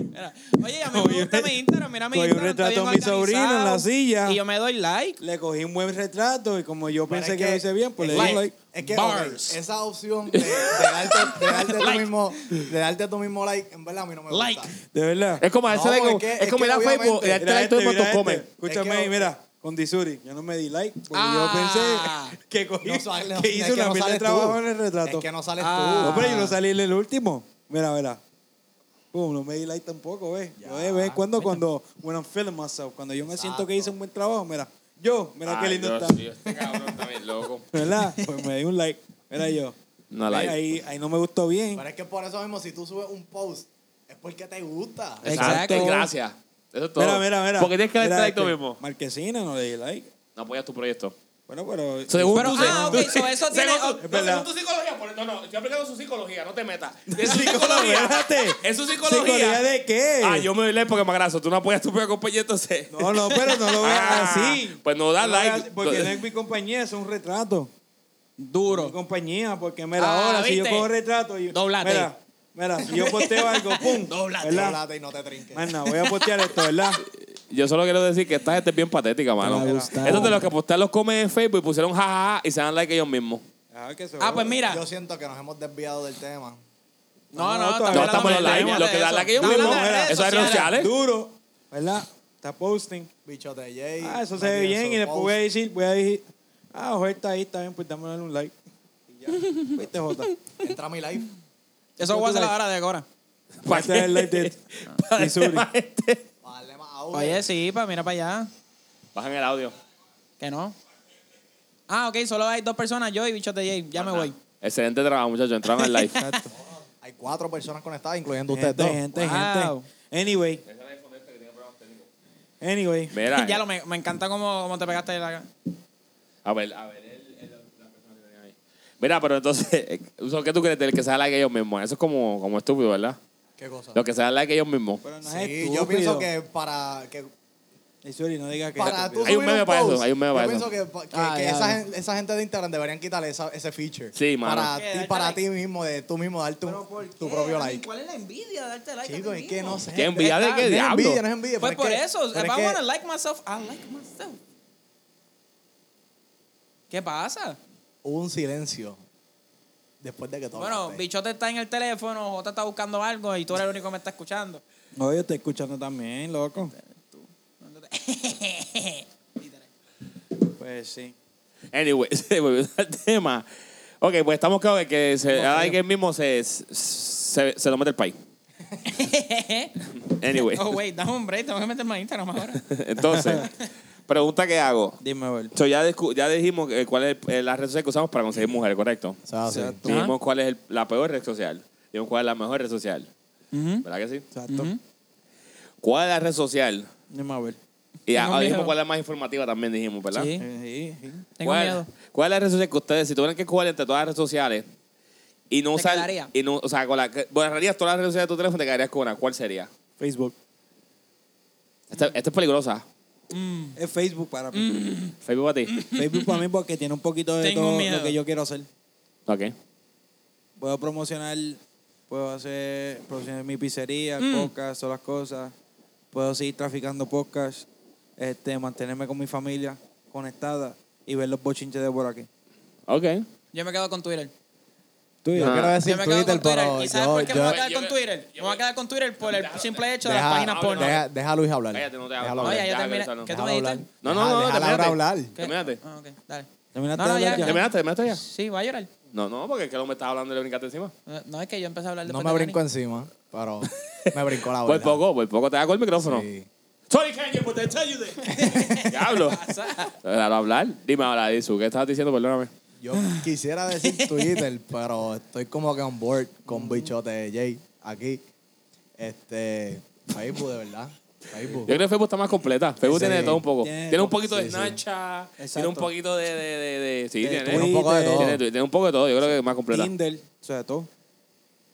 Mira, Oye, a mí me gusta mi Instagram, mira mi Cogí un Instagram. está retrato bien de mi sobrino en la organizado, silla. Y yo me doy like. Le cogí un buen retrato y como yo Pero pensé es que, lo hice bien, pues le es di que- like. Es que, Bars. ok, esa opción de, de darte, de darte tú Like. mismo, de darte tú mismo like, en verdad a mí no me gusta. Like. De verdad. Es como No, hacerse porque como, es que- es es como que ir a Facebook obviamente- y darte Mira like todo el este, mundo mira come. este. Escúchame Es que- ahí, mira. con Disuri. Yo no me di like porque Ah. yo pensé que, cogí, No sale- que es hice que una no pila de sales tú. trabajo en el retrato. Es que no sales Ah. tú. No, pero yo no salí en el último. Mira, mira. Pum, no me di like tampoco, ¿ves? Yo de vez en cuando, cuando, when I'm feeling myself, cuando yo me siento que hice un buen trabajo, mira, yo, mira qué Ay, lindo Dios está. mío, este cabrón está bien loco. ¿Verdad? Pues me di un like. Mira yo. No Ey, like. Ahí, ahí no me gustó bien. Pero es que por eso mismo, si tú subes un post, es porque te gusta. Exacto. Exacto. Gracias. Eso es todo. Mira, mira, mira. Porque tienes que darle Mira, like tú este, mismo. Marquesina no le di like. No apoyas tu proyecto. Bueno, pero. Según Pero, tú, ah, según- ok, so eso tiene- según tu- Es verdad. según tu psicología, por- no, no, estoy aplicando su psicología, no te metas. Es psicología. Espérate. Es su psicología. ¿Psicología de qué? Ah, yo me doy like porque me agraso. Tú no apoyas tu propia compañía, entonces. Eh, No, no, pero no lo veas Ah, así. pues no da lo veas like. así, Porque no es mi compañía, es un retrato. Mi Duro. compañía, porque mira, Ah, ahora si yo ¿viste? cojo retrato. Yo, Doblate. Mira, mira, si yo posteo algo, pum. Doblate, ¿verdad? Chocolate y no te trinques. Manda, voy a postear esto, ¿verdad? Yo solo quiero decir que esta gente es bien patética, mano. va a gustar. Esto de los que postean los comes en Facebook y pusieron jajaja y se dan like ellos mismos. Ah, que se Ah, pues joda. mira. Yo siento que nos hemos desviado del tema. No, No, no, todavía No, Hablando estamos en de los likes. redes, Lo que da like ellos Duro, Hablando mismos. de mira, redes Eso es redes sociales. Duro, ¿verdad? Está posting. Bicho de Jay. Ah, eso se ve bien y después voy a decir, voy a decir, ah, Jorge está ahí, está bien, pues dámosle un like. Y ya. ¿Viste, Jota? Entra a mi live. Eso voy a hacer ahora de ahora. Pa' Este es el live de pa' Missouri. pa' este. Para darle más audio. Oye, sí, pa, mira para allá. Bajan el audio. Que no. Ah, ok, solo hay dos personas, yo y bichote Jay. Ya me voy. Excelente trabajo, muchachos. Entraron al live. Exacto. Hay cuatro personas conectadas, incluyendo Gente, ustedes dos. gente, Wow. gente. Anyway. Anyway. Mira. eh, ya lo me, me encanta cómo, cómo te pegaste la. A ver, a ver. el- el- la persona que tenía ahí. Mira, pero entonces, eh, ¿so ¿qué tú crees del que se da like ellos mismos? Eso es como, como estúpido, ¿verdad? ¿Qué cosa? Los que se dan like ellos mismos. Pero no es Sí, estúpido. yo pienso que para que Missouri, no diga que. para tú Hay un subir meme para eso, post, hay un meme para yo eso. pienso que, pa- que- Ah, que ya, esa, ya. gen- esa gente de Instagram deberían quitarle esa- ese feature. Sí, mano. Para ¿Qué? ti, ¿Darte para like? ti mismo, de tú mismo darte un- tu propio like. ¿Cuál es la envidia de darte like? Chicos, es que no sé. ¿Qué envidia de Está- qué no es diablo? envidia, no es envidia. Pues pero por es que- eso, if pero I es que- wanna like myself, I like myself. ¿Qué pasa? Hubo un silencio después de que todo. Bueno, Bichote está en el teléfono, Jota está buscando algo y tú eres el único que me está escuchando. No, yo estoy escuchando también, loco. Pues sí. Anyway, se volvió al tema. Ok, pues estamos claros de que se da like él mismo se, se, se lo mete el país. Anyway. oh, wait, dame un break, tengo que meterme a Instagram ahora. Entonces, pregunta que hago. Dime, Bel. So, ya, discu- ya dijimos eh, cuál es eh, la red social que usamos para conseguir mujeres, ¿correcto? Exacto. Dijimos cuál es el- la peor red social. Dijimos cuál es la mejor red social. ¿Verdad que sí? Exacto. ¿Cuál es la red social? Dime, Abel. Y ah, Tengo dijimos miedo. cuál es la más informativa también, dijimos, ¿verdad? Sí. Eh, sí, sí. Tengo ¿Cuál, miedo. ¿Cuál es la red social que ustedes, si tuvieran que escoger entre todas las redes sociales y no Te usar. quedaría. Y no, o sea, con la, que- borrarías todas las redes sociales de tu teléfono, te quedarías con una. ¿Cuál sería? Facebook. Esta, esta es peligrosa. Es Facebook para mí. Facebook para ti. Facebook para mí porque tiene un poquito de Tengo todo miedo. lo que yo quiero hacer. Ok. Puedo promocionar, puedo hacer promocionar mi pizzería, podcast, todas las cosas. Puedo seguir traficando podcast, este, mantenerme con mi familia conectada y ver los bochinches de por aquí. Ok. Yo me quedo con Twitter. Tú y Ah. Yo yo. quiero Yo decir me quedo Twitter, con Twitter. pero ¿Y sabes yo- por qué me yo- voy a quedar yo- con Twitter? Me voy a quedar con Twitter por el simple hecho de las Deja- ah, páginas porno. deja- Deja a Luis hablar. Cállate, no te Déjalo hablo. No, hablar. ya yo Déjalo terminé. hablar, ¿Qué tú Déjalo me dijiste? hablar. No, no, Deja- no, deja termínate. Laura hablar. ¿Qué? Termínate. Ah, ok, dale. ¿Terminaste No, no, de ya, hablar ya. ¿Terminaste? ¿Terminaste ya? Sí, va a llorar. No, no, porque es que no me estás hablando y le brincaste encima. Eh, No, es que yo empecé a hablar No después me de brinco Dani. encima, pero me brincó la Por verdad. Pues poco, por poco te hago el micrófono. Ah, Sí. Sorry, Kanye, but I tell you that. Diablo. pasa? Claro, hablar. Dime ahora, Isu, ¿qué estabas diciendo? Perdóname. Yo quisiera decir Twitter, pero estoy como que on board con bichote de Jay aquí. Este, Facebook, de verdad. Yo Facebook. creo que Facebook está más completa. Facebook Sí. tiene de todo un poco. Tiene- Tiene, un poquito de sí, sí. Snapchat, tiene Exacto. un poquito de... de, de, de- sí, De tiene, Tiene un poco de todo. tiene, tiene un poco de todo. Yo creo que es más completa. Eh, Tinder, o sea, todo.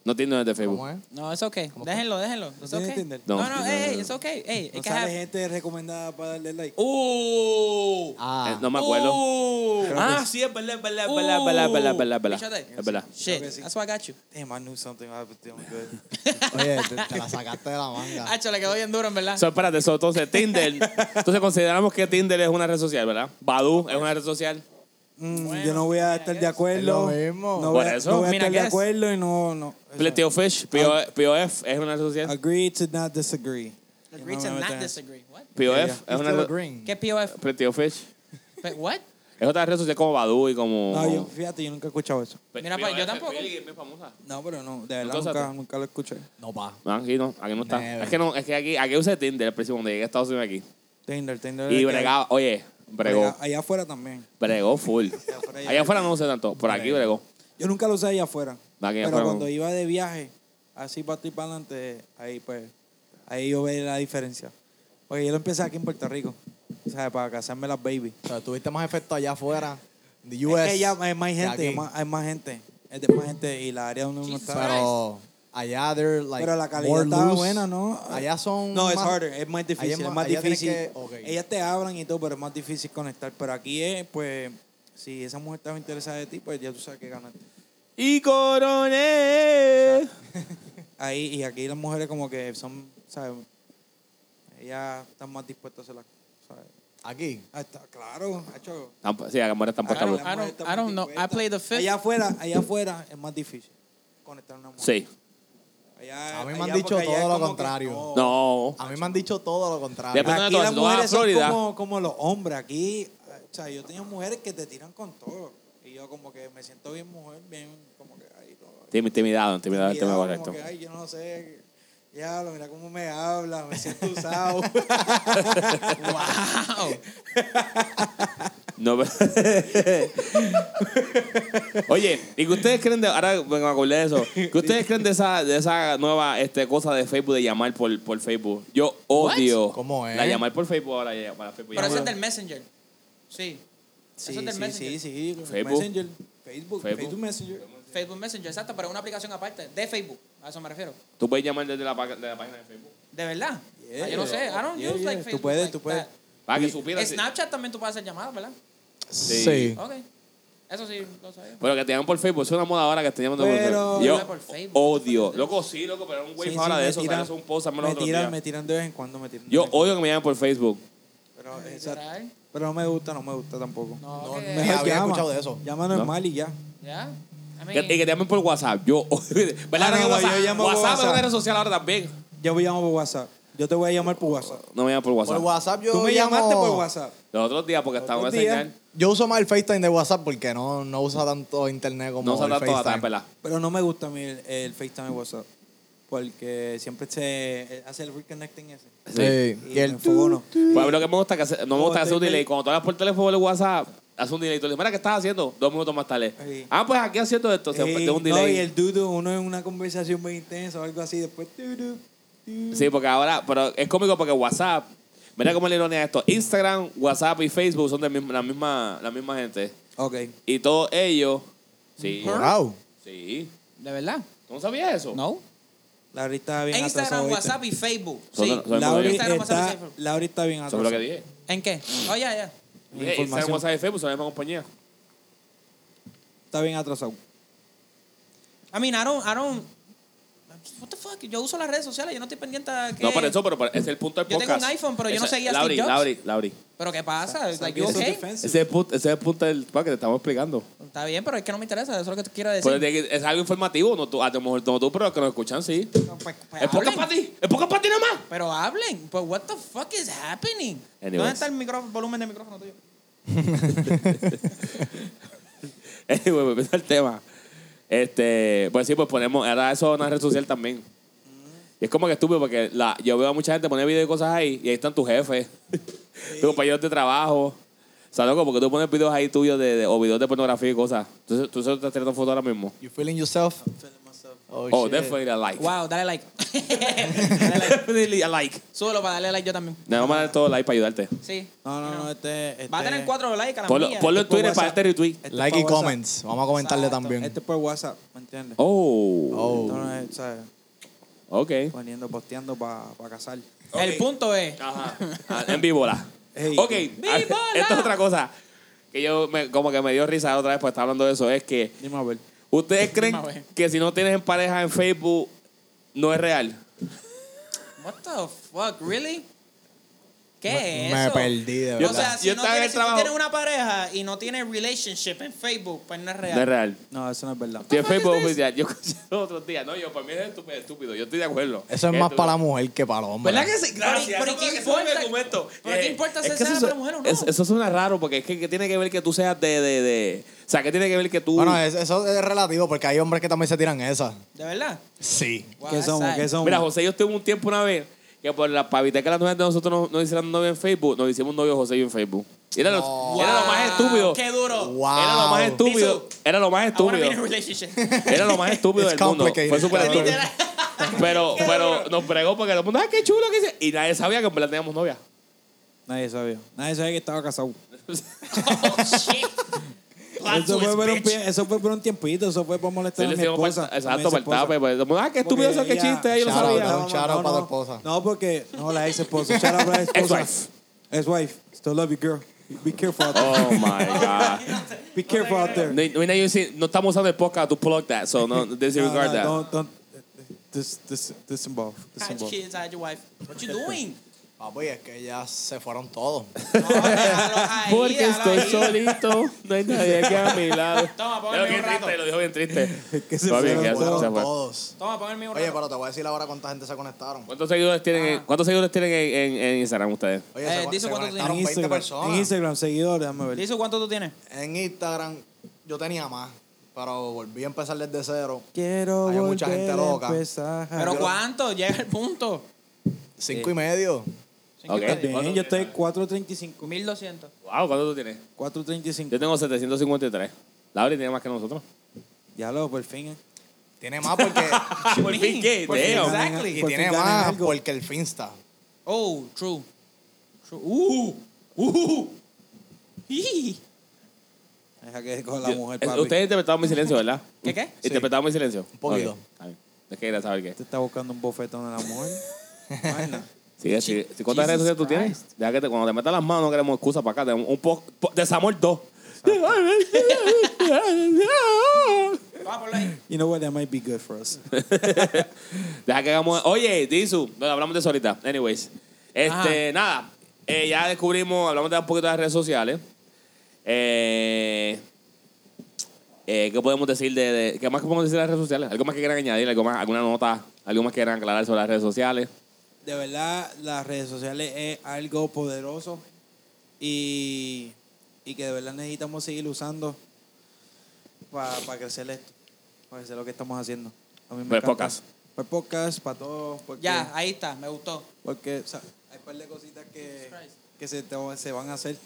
No Tinder no es de ¿Cómo Facebook. es? No, es okay. Déjenlo, déjenlo. Es tienes okay. Tinder? No, No. no, hey, es okay. Hey, No es que sale have- gente recomendada para darle like. ¡Uh! Ah. Eh, no me acuerdo. Uh, ah, sí, es verdad, es verdad, es Uh. verdad, es verdad, es verdad, es verdad, es verdad. Fíjate. Es verdad. Creo que Shit, sí. that's why I got you. Damn, I knew something ah, pues, I was doing good. Oye, te, te la sacaste de la Ah. manga. Hacho, le quedó bien duro, en verdad. So, espérate, so, entonces Tinder. entonces consideramos que Tinder es una red social, ¿verdad? Badu es una red social. Mm, yo no voy a estar de acuerdo. Es lo mismo. No voy, Por a- eso, no voy a mira, estar de ¿qué es? acuerdo y no, no. Ah. Plenty of Fish, PO POF, es una red social. Agree to not disagree. Agree no to me meto not en eso. disagree. What? POF Mr. es una red- Green. ¿Qué POF? Pretty of Fish. Pe- What? Es otra red social como Badu y como. Ah, No, Oh. yo, fíjate, yo nunca he escuchado eso. Pe- Mira, pa, yo POF, tampoco. Billy, es bien famosa. No, pero no, de verdad ¿Nunca usaste? nunca, nunca lo escuché. No, pa. No, aquí no, aquí no está. Never. Es que no, es que aquí, aquí usé Tinder el próximo cuando llegué a Estados Unidos aquí. Tinder, Tinder. Y que- bregaba, oye, bregó. Allá, allá afuera también. Bregó full. afuera ya- Allá afuera no usé tanto, por aquí bregó. Yo nunca lo usé allá afuera. No, aquí pero afuera no. cuando iba de viaje, así para ti para adelante, ahí pues, ahí yo veía la diferencia. Porque yo lo empecé aquí en Puerto Rico, o sea, para casarme las baby. O sea, tuviste más efecto allá afuera. en The US. Es que ya hay más que gente, hay aquí. más, hay más gente, es de más gente y la área donde uno Jesus está. Pero allá, they're like. Pero la calidad more estaba loose. buena, ¿no? Allá son. No, es más- harder, es más difícil, Allá es ma- más allá tienes difícil. que- ok. Ellas te hablan y todo, pero es más difícil conectar. Pero aquí es, pues, si esa mujer estaba interesada de ti, pues ya tú sabes que ganaste. Y coroné. Ahí, y aquí las mujeres como que son, ¿sabes? Ellas están más dispuestas a hacer las ¿sabes? Aquí. Ah, está, claro, hecho. Tampo- Sí, acá muere tampoco. I don't, está- I don't, I don't know. I play the fifth. Allá afuera, allá afuera es más difícil conectar a una mujer. Sí. Allá- A mí me han allá dicho porque allá es todo lo como que- contrario. No. A mí me han dicho todo lo contrario. Depende de Aquí tú, las si tú vas a mujeres son Florida. como, como los hombres. Aquí, o sea, yo tenía mujeres que te tiran con todo. Y yo como que me siento bien mujer, bien como que... Ay, no, Tim- Intimidado, intimidado es el tema como correcto. que, ay, yo no sé... Ya, mira cómo me habla, me siento usado. Wow. No, pero- Oye, ¿y que ustedes creen de ahora me acordé de eso? ¿Qué ustedes creen de esa de esa nueva este, cosa de Facebook de llamar por, por Facebook? Yo odio What? ¿Cómo es? la llamar por Facebook ahora ya, para Facebook. Pero eso es llamar. del Messenger. Sí. sí, eso es del sí, sí, Messenger. sí. Facebook. Messenger. Facebook. Facebook. Facebook, Messenger. Facebook Messenger, exacto, pero una aplicación aparte de Facebook. A eso me refiero. Tú puedes llamar desde la, pa- de la página de Facebook. De verdad. Yeah. Ah, yo no sé. I don't Yeah, use yeah. like Tú Facebook. puedes, like tú puedes. that. Para que supieras. si- Snapchat también tú puedes hacer llamadas, ¿verdad? pues, Sí. Ok. Eso sí, lo sabía. Pero que te llaman por Facebook, eso es una moda ahora que te llaman por Pero- Facebook. Yo Por Facebook. odio. Loco, sí, loco, pero un wave Sí, ahora sí, de me eso. tiran- salió eso un post, al menos Me otro tiran, día. me tiran de vez en cuando, me tiran. de Yo oh. vez en odio que me llamen por Facebook. cuando. Pero, eh, exacto. Literal. Pero no me gusta, no me gusta tampoco. No, eh, No, que- me- Ni había escuchado de eso. Llama normal y ya. Ya. I Que- mean, y que te llamen por WhatsApp. Yo odio. ¿Verdad? Ah, no, que yo WhatsApp, llamo WhatsApp es WhatsApp. una red social ahora también. Yo voy a llamar por WhatsApp. Yo te voy a llamar por WhatsApp. No me llaman por WhatsApp. Por WhatsApp yo. Tú me llamo- llamaste por WhatsApp. Los otros días, porque estaba en otros señal, Yo uso más el FaceTime de WhatsApp porque no, no usa tanto internet como no se el tanto FaceTime. atrás, ¿verdad? Pero no me gusta a mí el, el FaceTime de WhatsApp. Porque siempre se eh, hace el reconnecting ese. Sí. Y, Y el me enfogono. Pues a mí lo que me gusta que hace- no me Como gusta que hace un estoy- delay. Cuando tú hablas por teléfono o WhatsApp, hace un delay. Tú le dices, mira, ¿qué estás haciendo? Dos minutos más tarde. Sí. Ah, pues aquí haciendo esto. Se Ey, de un No, delay. y el dudo, uno en una conversación muy intensa o algo así, después... du, du, du. Sí, porque ahora, pero es cómico porque WhatsApp, mira cómo es la ironía de esto. Instagram, WhatsApp y Facebook son de mismo- la, misma, la misma gente. Ok. Y todos ellos, sí, Wow. sí. ¿De verdad? ¿Tú no sabías eso? No. Laura está bien atrasada Instagram, ahorita. WhatsApp y Facebook. Son- Sí. son- Laura Instagram, WhatsApp y está, Facebook. Laura está bien Eso es lo que atrasada. dije. ¿En qué? Oh, ya, ya. Dije, Información. Instagram, WhatsApp y Facebook son la misma compañía. Está bien atrasado. I mean, I don't, I don't... What the fuck? Yo uso las redes sociales, yo no estoy pendiente a que... No, para eso, pero para- ese es el punto del Yo podcast. tengo un iPhone, pero yo no Ese- seguía a Lauri, Steve Jobs. Lauri, Lauri. ¿Pero qué pasa? Like, you Eso es okay? Ese defensive. es, el punto, ese es el punto del podcast que te estamos explicando. Está bien, pero es que no me interesa, eso es lo que te quiero decir. Pero de que es algo informativo, no tú, a lo mejor no tú, pero los que nos escuchan, sí. Pues- pues Es podcast hablen. para ti, es podcast para ti nomás. Pero hablen, pues what the fuck is happening? Anyways. ¿Dónde está el micrófono, volumen de micrófono tuyo? Anyway, volviendo al tema. Este, pues sí, pues ponemos, ahora eso es una red social también. Y es como que estúpido porque la, yo veo a mucha gente poner videos y cosas ahí y ahí están tus jefes, tus compañeros de trabajo. O sea, loco, porque tú pones videos ahí tuyos de, de- o videos de pornografía y cosas. Entonces tú solo estás tirando fotos ahora mismo. You feeling yourself? Oh, Oh, shit. definitely a like. Wow, dale like. definitely a like. Súbelo para darle like yo también. Le vamos a dar todo like para ayudarte. Sí. No, no, no, este... este Va a tener cuatro likes a la Ponlo, mía. ponlo en Tipo Twitter para WhatsApp. este retweet. este es Like pa' y WhatsApp. comments. Vamos a comentarle Exacto. también. Este es por WhatsApp, ¿me entiendes? Oh, Oh. Entonces, ¿sabes? ok. Poniendo, posteando para casar. El punto es... Ajá. Ah, En víbora. Ey. ok. Víbora. Esto es otra cosa que yo me- como que me dio risa otra vez por estar hablando de eso. Es que Dime a ver. ustedes creen Misma vez. que si no tienes en pareja en Facebook no es real. What the fuck, really? ¿Qué Me- es me eso? perdí, de O verdad. sea, si, Yo no estaba en tienes, el si tú trabajo- tienes una pareja y no tienes relationship en Facebook, pues no es real. No es real. No, eso no es verdad. Tiene fuck is Facebook this? oficial. Yo escuché los otros días. No, yo, para mí es estúpido, estúpido. Yo estoy de acuerdo. Eso es más para la mujer que para el hombre. ¿Verdad que sí? Claro, Gracias, pero eso ¿qué es lo que son importa? argumentos. ¿Pero qué Eh, importa si es que sea eso- para mujer o no? es- eso suena raro porque es que, que tiene que ver que tú seas de, de, de- O sea, que tiene que ver que tú. Bueno, es- eso es relativo porque hay hombres que también se tiran esa. ¿De verdad? Sí. Wow, ¿Qué somos? that's ¿Qué sad. somos? Mira, José, yo estuve un tiempo una vez que por la para evitar que las novias de nosotros nos, nos hicieran novio en Facebook, nos hicimos novio José y yo en Facebook. Y Era, No. lo, era lo más Wow, estúpido. ¡Qué duro! Wow. Era lo más Me estúpido. too. Era lo más I wanna be in a estúpido. relationship. Era lo más estúpido It's del mundo. complicated. Fue súper Literal. estúpido. Pero, pero nos bregó porque todo el mundo, ¡ay, qué chulo que hice! Y nadie sabía que en verdad teníamos novia. Nadie sabía. Nadie sabía que estaba casado. oh, shit. Plot Eso twist, fue, por un, bitch. pie- eso fue por un tiempito. Eso fue para molestar Ah, Sí, le a mi hicimos esposa. para- a mi exacto, para el esposa. tape. Pues, todo el mundo, ¡ay, qué estúpido Porque eso, qué ella- chiste! Yo no Shout out, sabía. Un shout out para tu esposa. No, porque no, la ex esposa. Shout out para la esposa. Ex-wife. Ex wife. Still love you, girl. Be careful out there. Oh my God. Be careful out there. No, no, no, sí, no estamos usando el podcast to plug that, so no, No, disregard no, that. don't, don't. Dis, dis, disinvolve. Hide your Disinvolve. kids, hide your wife. What you doing? Papi, es que ya se fueron todos. No, déjalo ahí, Porque déjalo estoy ahí. solito, no hay nadie aquí a mi lado. Toma, ponme Lo dijo bien un rato. triste, lo dijo bien triste. que se Está bien, fueron ya se- todos. Se se fueron fue. todos. Toma, pon el mío un Oye, rato. pero te voy a decir ahora cuánta gente se conectaron. ¿Cuántos seguidores tienen, en- ¿cuántos seguidores tienen en, en- en Instagram ustedes? Oye, Eh, se, dice se cuánto conectaron En 20 Instagram, en personas. Instagram, seguidores, déjame ver. Liso, ¿cuánto tú tienes? En Instagram yo tenía más, pero volví a empezar desde cero. Quiero Hay mucha volver gente a loca. empezar. ¿Pero cuánto? Llega el punto. Cinco y medio. Cinco Ok. y medio. Bien, yo estoy 435. 1200. Wow, ¿cuántos tú tienes? 435. Yo tengo 753. Laura tiene más que nosotros. Ya lo, por fin. eh. Tiene más porque. Por fin, ¿qué? Por fin, Damn. Exactly. y Por fin tiene ganan más algo. porque el Finsta. Oh, true. True. Uh, uh. Ih. Deja que con la mujer, Eh, papi. Ustedes interpretaron mi silencio, ¿verdad? ¿Qué, qué? Interpretaron mi silencio. Un poquito. Es que quería saber qué. Te está buscando un bofetón a la mujer. Imagina. Sigue, sigue. Si- ¿Cuántas redes sociales Jesus tú tienes? Christ. Deja que te- cuando te metas las manos no queremos excusa para acá. Tenemos un poco... Desamor 2. Va, ponlo ahí. You know what? That might be good for us. Deja que hagamos. Oye, Dizu, no, hablamos de eso ahorita. Anyways, este, nada, eh, ya descubrimos, hablamos de un poquito de las redes sociales. Eh, eh, ¿Qué podemos decir de, de- ¿Qué más podemos decir de las redes sociales? ¿Algo más que quieran añadir? ¿Algo más, ¿Alguna nota? ¿Algo más que quieran aclarar sobre las redes sociales? de verdad las redes sociales es algo poderoso y, y que de verdad necesitamos seguir usando para crecer esto, para crecer lo que estamos haciendo. A mí me Para el encanta. podcast. Para el podcast, para todos, porque, Ya, ahí está, me gustó. porque o sea, hay un par de cositas que, que se, te- se van a hacer,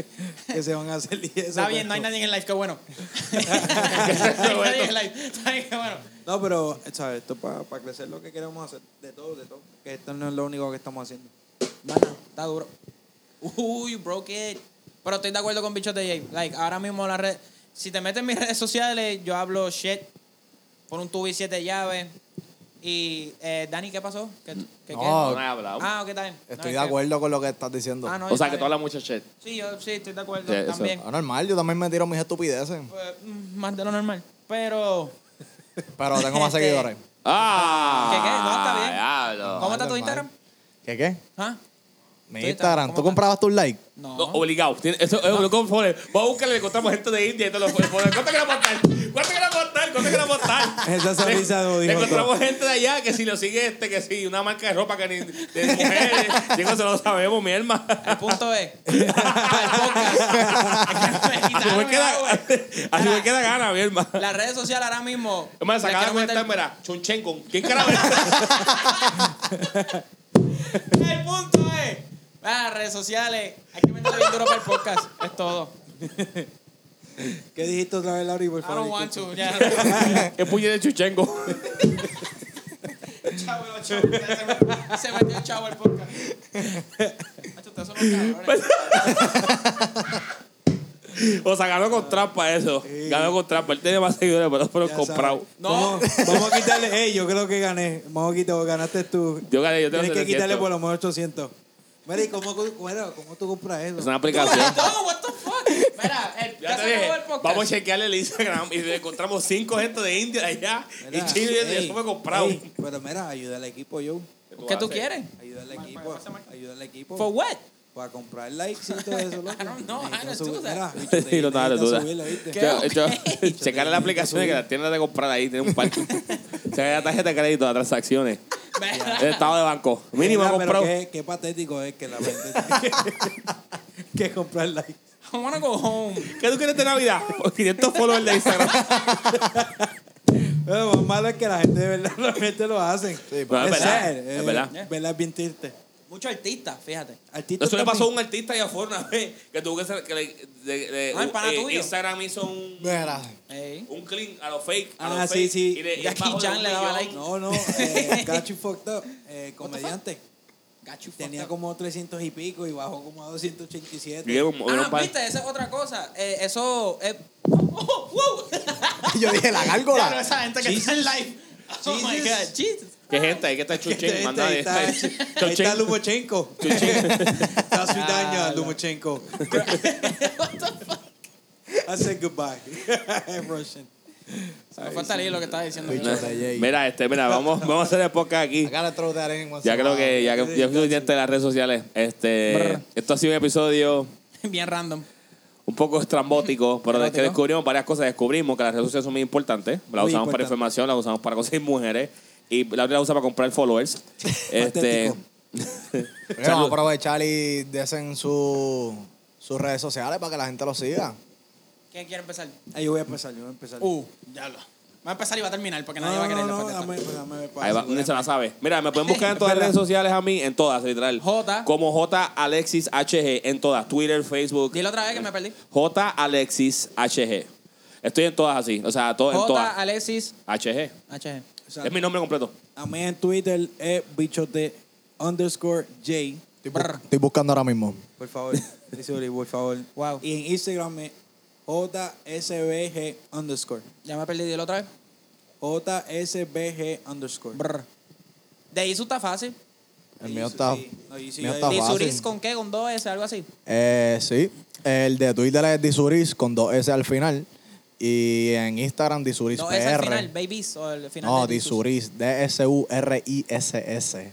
que se van a hacer y eso, pues, Está bien, no hay pero- nadie en el live, qué bueno. no hay nadie en el live, está bien, qué bueno. No, pero, ¿sabes? Esto para crecer lo que queremos hacer, de todo, de todo, que esto no es lo único que estamos haciendo. Mano, está duro. Uy, you broke it. Pero estoy de acuerdo con Bichote J. Like, ahora mismo la red. Si te metes en mis redes sociales, yo hablo shit por un tubo y siete llaves. Y, eh, Dani, ¿qué pasó? ¿Qué, qué, qué? No, No he hablado. Ah, ok, está bien. No, Estoy es de que- acuerdo con lo que estás diciendo. Ah, no, o sea, está que tú bien. hablas mucho shit. Sí, yo sí, estoy de acuerdo Sí, eso. también. Ah, normal, yo también me tiro mis estupideces. Pues, mm, más de lo normal. Pero, Pero tengo más Este- seguidores. ¡Ah! ¿Qué, qué? No, está bien. diablo. ¿cómo está tu normal. Instagram? ¿Qué qué? ¿Ah? Mi Twitter, Instagram. ¿Tú ¿cómo comprabas tus likes? No. No, oh. obligado. Tiene- eso es lo que pone. Vamos a buscarle, le contamos gente de India y te lo pone. ¿Cuánto quiero aportar? ¿Cuánto quiero aportar? ¿Cuánto quiero aportar? Esa sonrisa Le- lo le dijo encontramos gente de allá que si lo sigue este, que si una marca de ropa que ni de mujeres. Chicos, se lo sabemos, mi hermano. El punto es. el podcast. Me Así quitaron me el queda, agua. así me queda gana, mi hermano. Las redes sociales ahora mismo. Es más, le sacaba de quiero conectar, meter- mira, Chunchengon. ¿Quién carajo es? El punto es. ah, Las redes sociales. Hay que meterle bien duro para el podcast. Es todo. ¿Qué dijiste otra vez, Lauri, por I favor? don't want to. Ya. ¿Qué puñe de Chunchengon? Chavo, chavo, ya se me- Se metió el chavo el podcast. Macho, ustedes son los cabrones. O sea, ganó con trampa eso. Ganó con trampa. Él tiene más seguidores, pero fueron Ya comprados. sabes. No. Vamos, vamos a quitarle. Ey, yo creo que gané. Vamos a quitar, ganaste tú. Yo gané, yo tengo Tienes que quitarle 700. por lo menos 800. Mira, ¿y cómo, cu- bueno, cómo tú compras eso? Es una aplicación. No, what the fuck. Mira, el, Ya ya te se dije, acabó el podcast. vamos a chequearle el Instagram y le encontramos cinco gente de India allá Mira, y Chile y ey, eso fue comprado. ey, pero mira, ayuda al equipo, yo. ¿Qué tú quieres? Ayuda al equipo. Ayuda al equipo. ¿For what? para comprar likes y todo eso. loco. I don't know Necesito how to do subir- Mira, that. Sí, bicho, no, necesito nada, duda. subirlo, ¿viste? ¿Qué? Yo- Ok. yo- Checar las aplicaciones que las tiendas de comprar ahí, tiene un par. Se ve la tarjeta de crédito, las transacciones, ¿Verdad? el estado de banco. Mínimo ha Mira, pero comprado. Qué, qué patético es que la gente tiene que- que comprar likes. I wanna go home. ¿Qué tú quieres de Navidad? 500 followers de Instagram. Pero lo más malo es que la gente de verdad realmente lo hacen. pero es verdad, sad, es eh, verdad. es bien triste. Muchos artistas, fíjate. Artistas Eso le también. pasó a un artista allá afuera una vez que tuvo que ser. Que le, de- de- Ah, el pana eh, tuyo. Instagram hizo un, Mira, Ey. un clean a los fake. A Ah, los sí, fake, sí. Y le, y Jackie bajó de Chan un le daba millón. like. No, no, eh, got you fucked up. Eh, comediante. Got you Tenía fucked up. como 300 y pico y bajó como a 287. Yo llevo un- Ah, un par- viste, esa es otra cosa. Eh, eso es. Oh, wow. yo dije la Ya, pero gárgola. esa gente que está en live. Oh my Jesus. God, Jesus. ¿Qué gente? Ahí que está Chuchín. Manda ahí de Este este? está, ahí está Lumochenko. Está su Ah, daño a Lumochenko. I said goodbye. Russian. Se me falta leer lo que estaba diciendo. Bicho. Chuchín. Mira, este, mira, vamos, vamos a hacer el podcast aquí. I gotta throw that in once Ya in a creo while. que ya, que- ya fui suficiente de las redes sociales. Este, Brr. esto ha sido un episodio Bien random. un poco estrambótico, pero de que Erótico. descubrimos varias cosas. Descubrimos que las redes sociales son muy importantes. Las Muy usamos para importante. información, las usamos para conseguir mujeres y la otra la usamos para comprar followers. este, Patético. Oye, Vamos a aprovechar y desen su, sus redes sociales para que la gente lo siga. ¿Quién quiere empezar? Ahí voy a empezar, yo voy a empezar. Uh, ya lo. Va a empezar y va a terminar porque no, nadie va a no, querer no, después de dame, esto. dame, ahí va, ni se la sabe. Mira, me pueden buscar en todas las Espera. redes sociales a mí, en todas, literal. J. Como J Alexis HG, en todas. Twitter, Facebook. Dilo otra vez que me perdí. J Alexis HG. Estoy en todas así, o sea, todo, en J. todas. Alexis HG. HG. Exacto. Es mi nombre completo. A mí en Twitter es bichote underscore J. Estoy, bu- Brr. estoy buscando ahora mismo. Por favor. Sorry, por favor. Wow. Y en Instagram es JSBG underscore. Ya me perdí, dilo otra vez. JSBG underscore. Brr. De Isu está fácil. El Ahí mío sí, está. sí. No, ahí sí, mío ahí está sí. De fácil. Isuris con qué, con dos S, algo así. Eh, sí. El de Twitter es Disuris con dos S al final. Y en Instagram Disuris Dos PR. S al final, babies, o el final. no, de Isus. Disuris. D-S-U-R-I-S-s.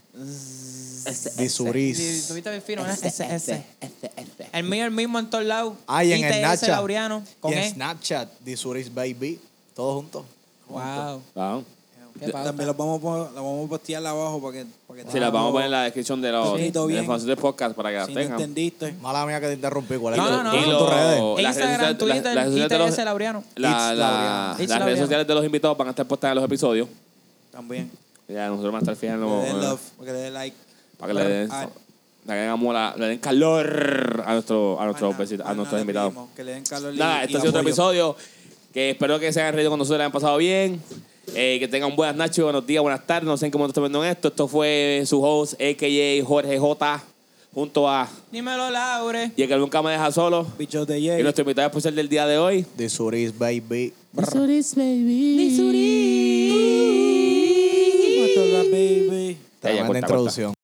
Sí, Disuris. Tuviste bien fino, ¿eh? S, S. El mío, el mismo en todos lados. Ah, y en el ITS Snapchat. Laureano, Y con en E. Snapchat Disuris Baby. Todos juntos. Wow. Wow. Qué pauta. También lo vamos, a po- lo vamos a postear abajo para que, para que Sí, las vamos a poner en la descripción de los Sí, de todo la bien. información del podcast para que las Si no tengan. entendiste. Mala mía que te interrumpí. ¿Cuál es No, tu- no, no. cuáles Y son tus lo- redes? las redes Instagram, sociales- Twitter, las- las redes sociales de los- ITS Laureano. La- It's la- Laureano. It's las redes Laureano. sociales de los invitados van a estar puestas en los episodios. También. Ya nosotros vamos a estar fijando Que le den eh, love, que le den like. para que le den, Ah, le den amor, a- le den calor a nuestro, a nuestros besi- a ah, nuestros nada, invitados. mismo, que le den calor y- Nada, y este ha sido otro apoyo. episodio que espero que se hayan reído con nosotros, le hayan pasado bien. eh, que tengan buenas noches, buenos días, buenas tardes. No sé en qué momento están viendo esto. Esto fue su host, a.k.a. Jorge J. Junto a... Dímelo, Laure. Y el que nunca me deja solo. Bichote Y J. nuestro invitado especial del día de hoy. Disuris Baby. What's up, baby? Ya, ya, Tremenda corta, corta. introducción. Ah,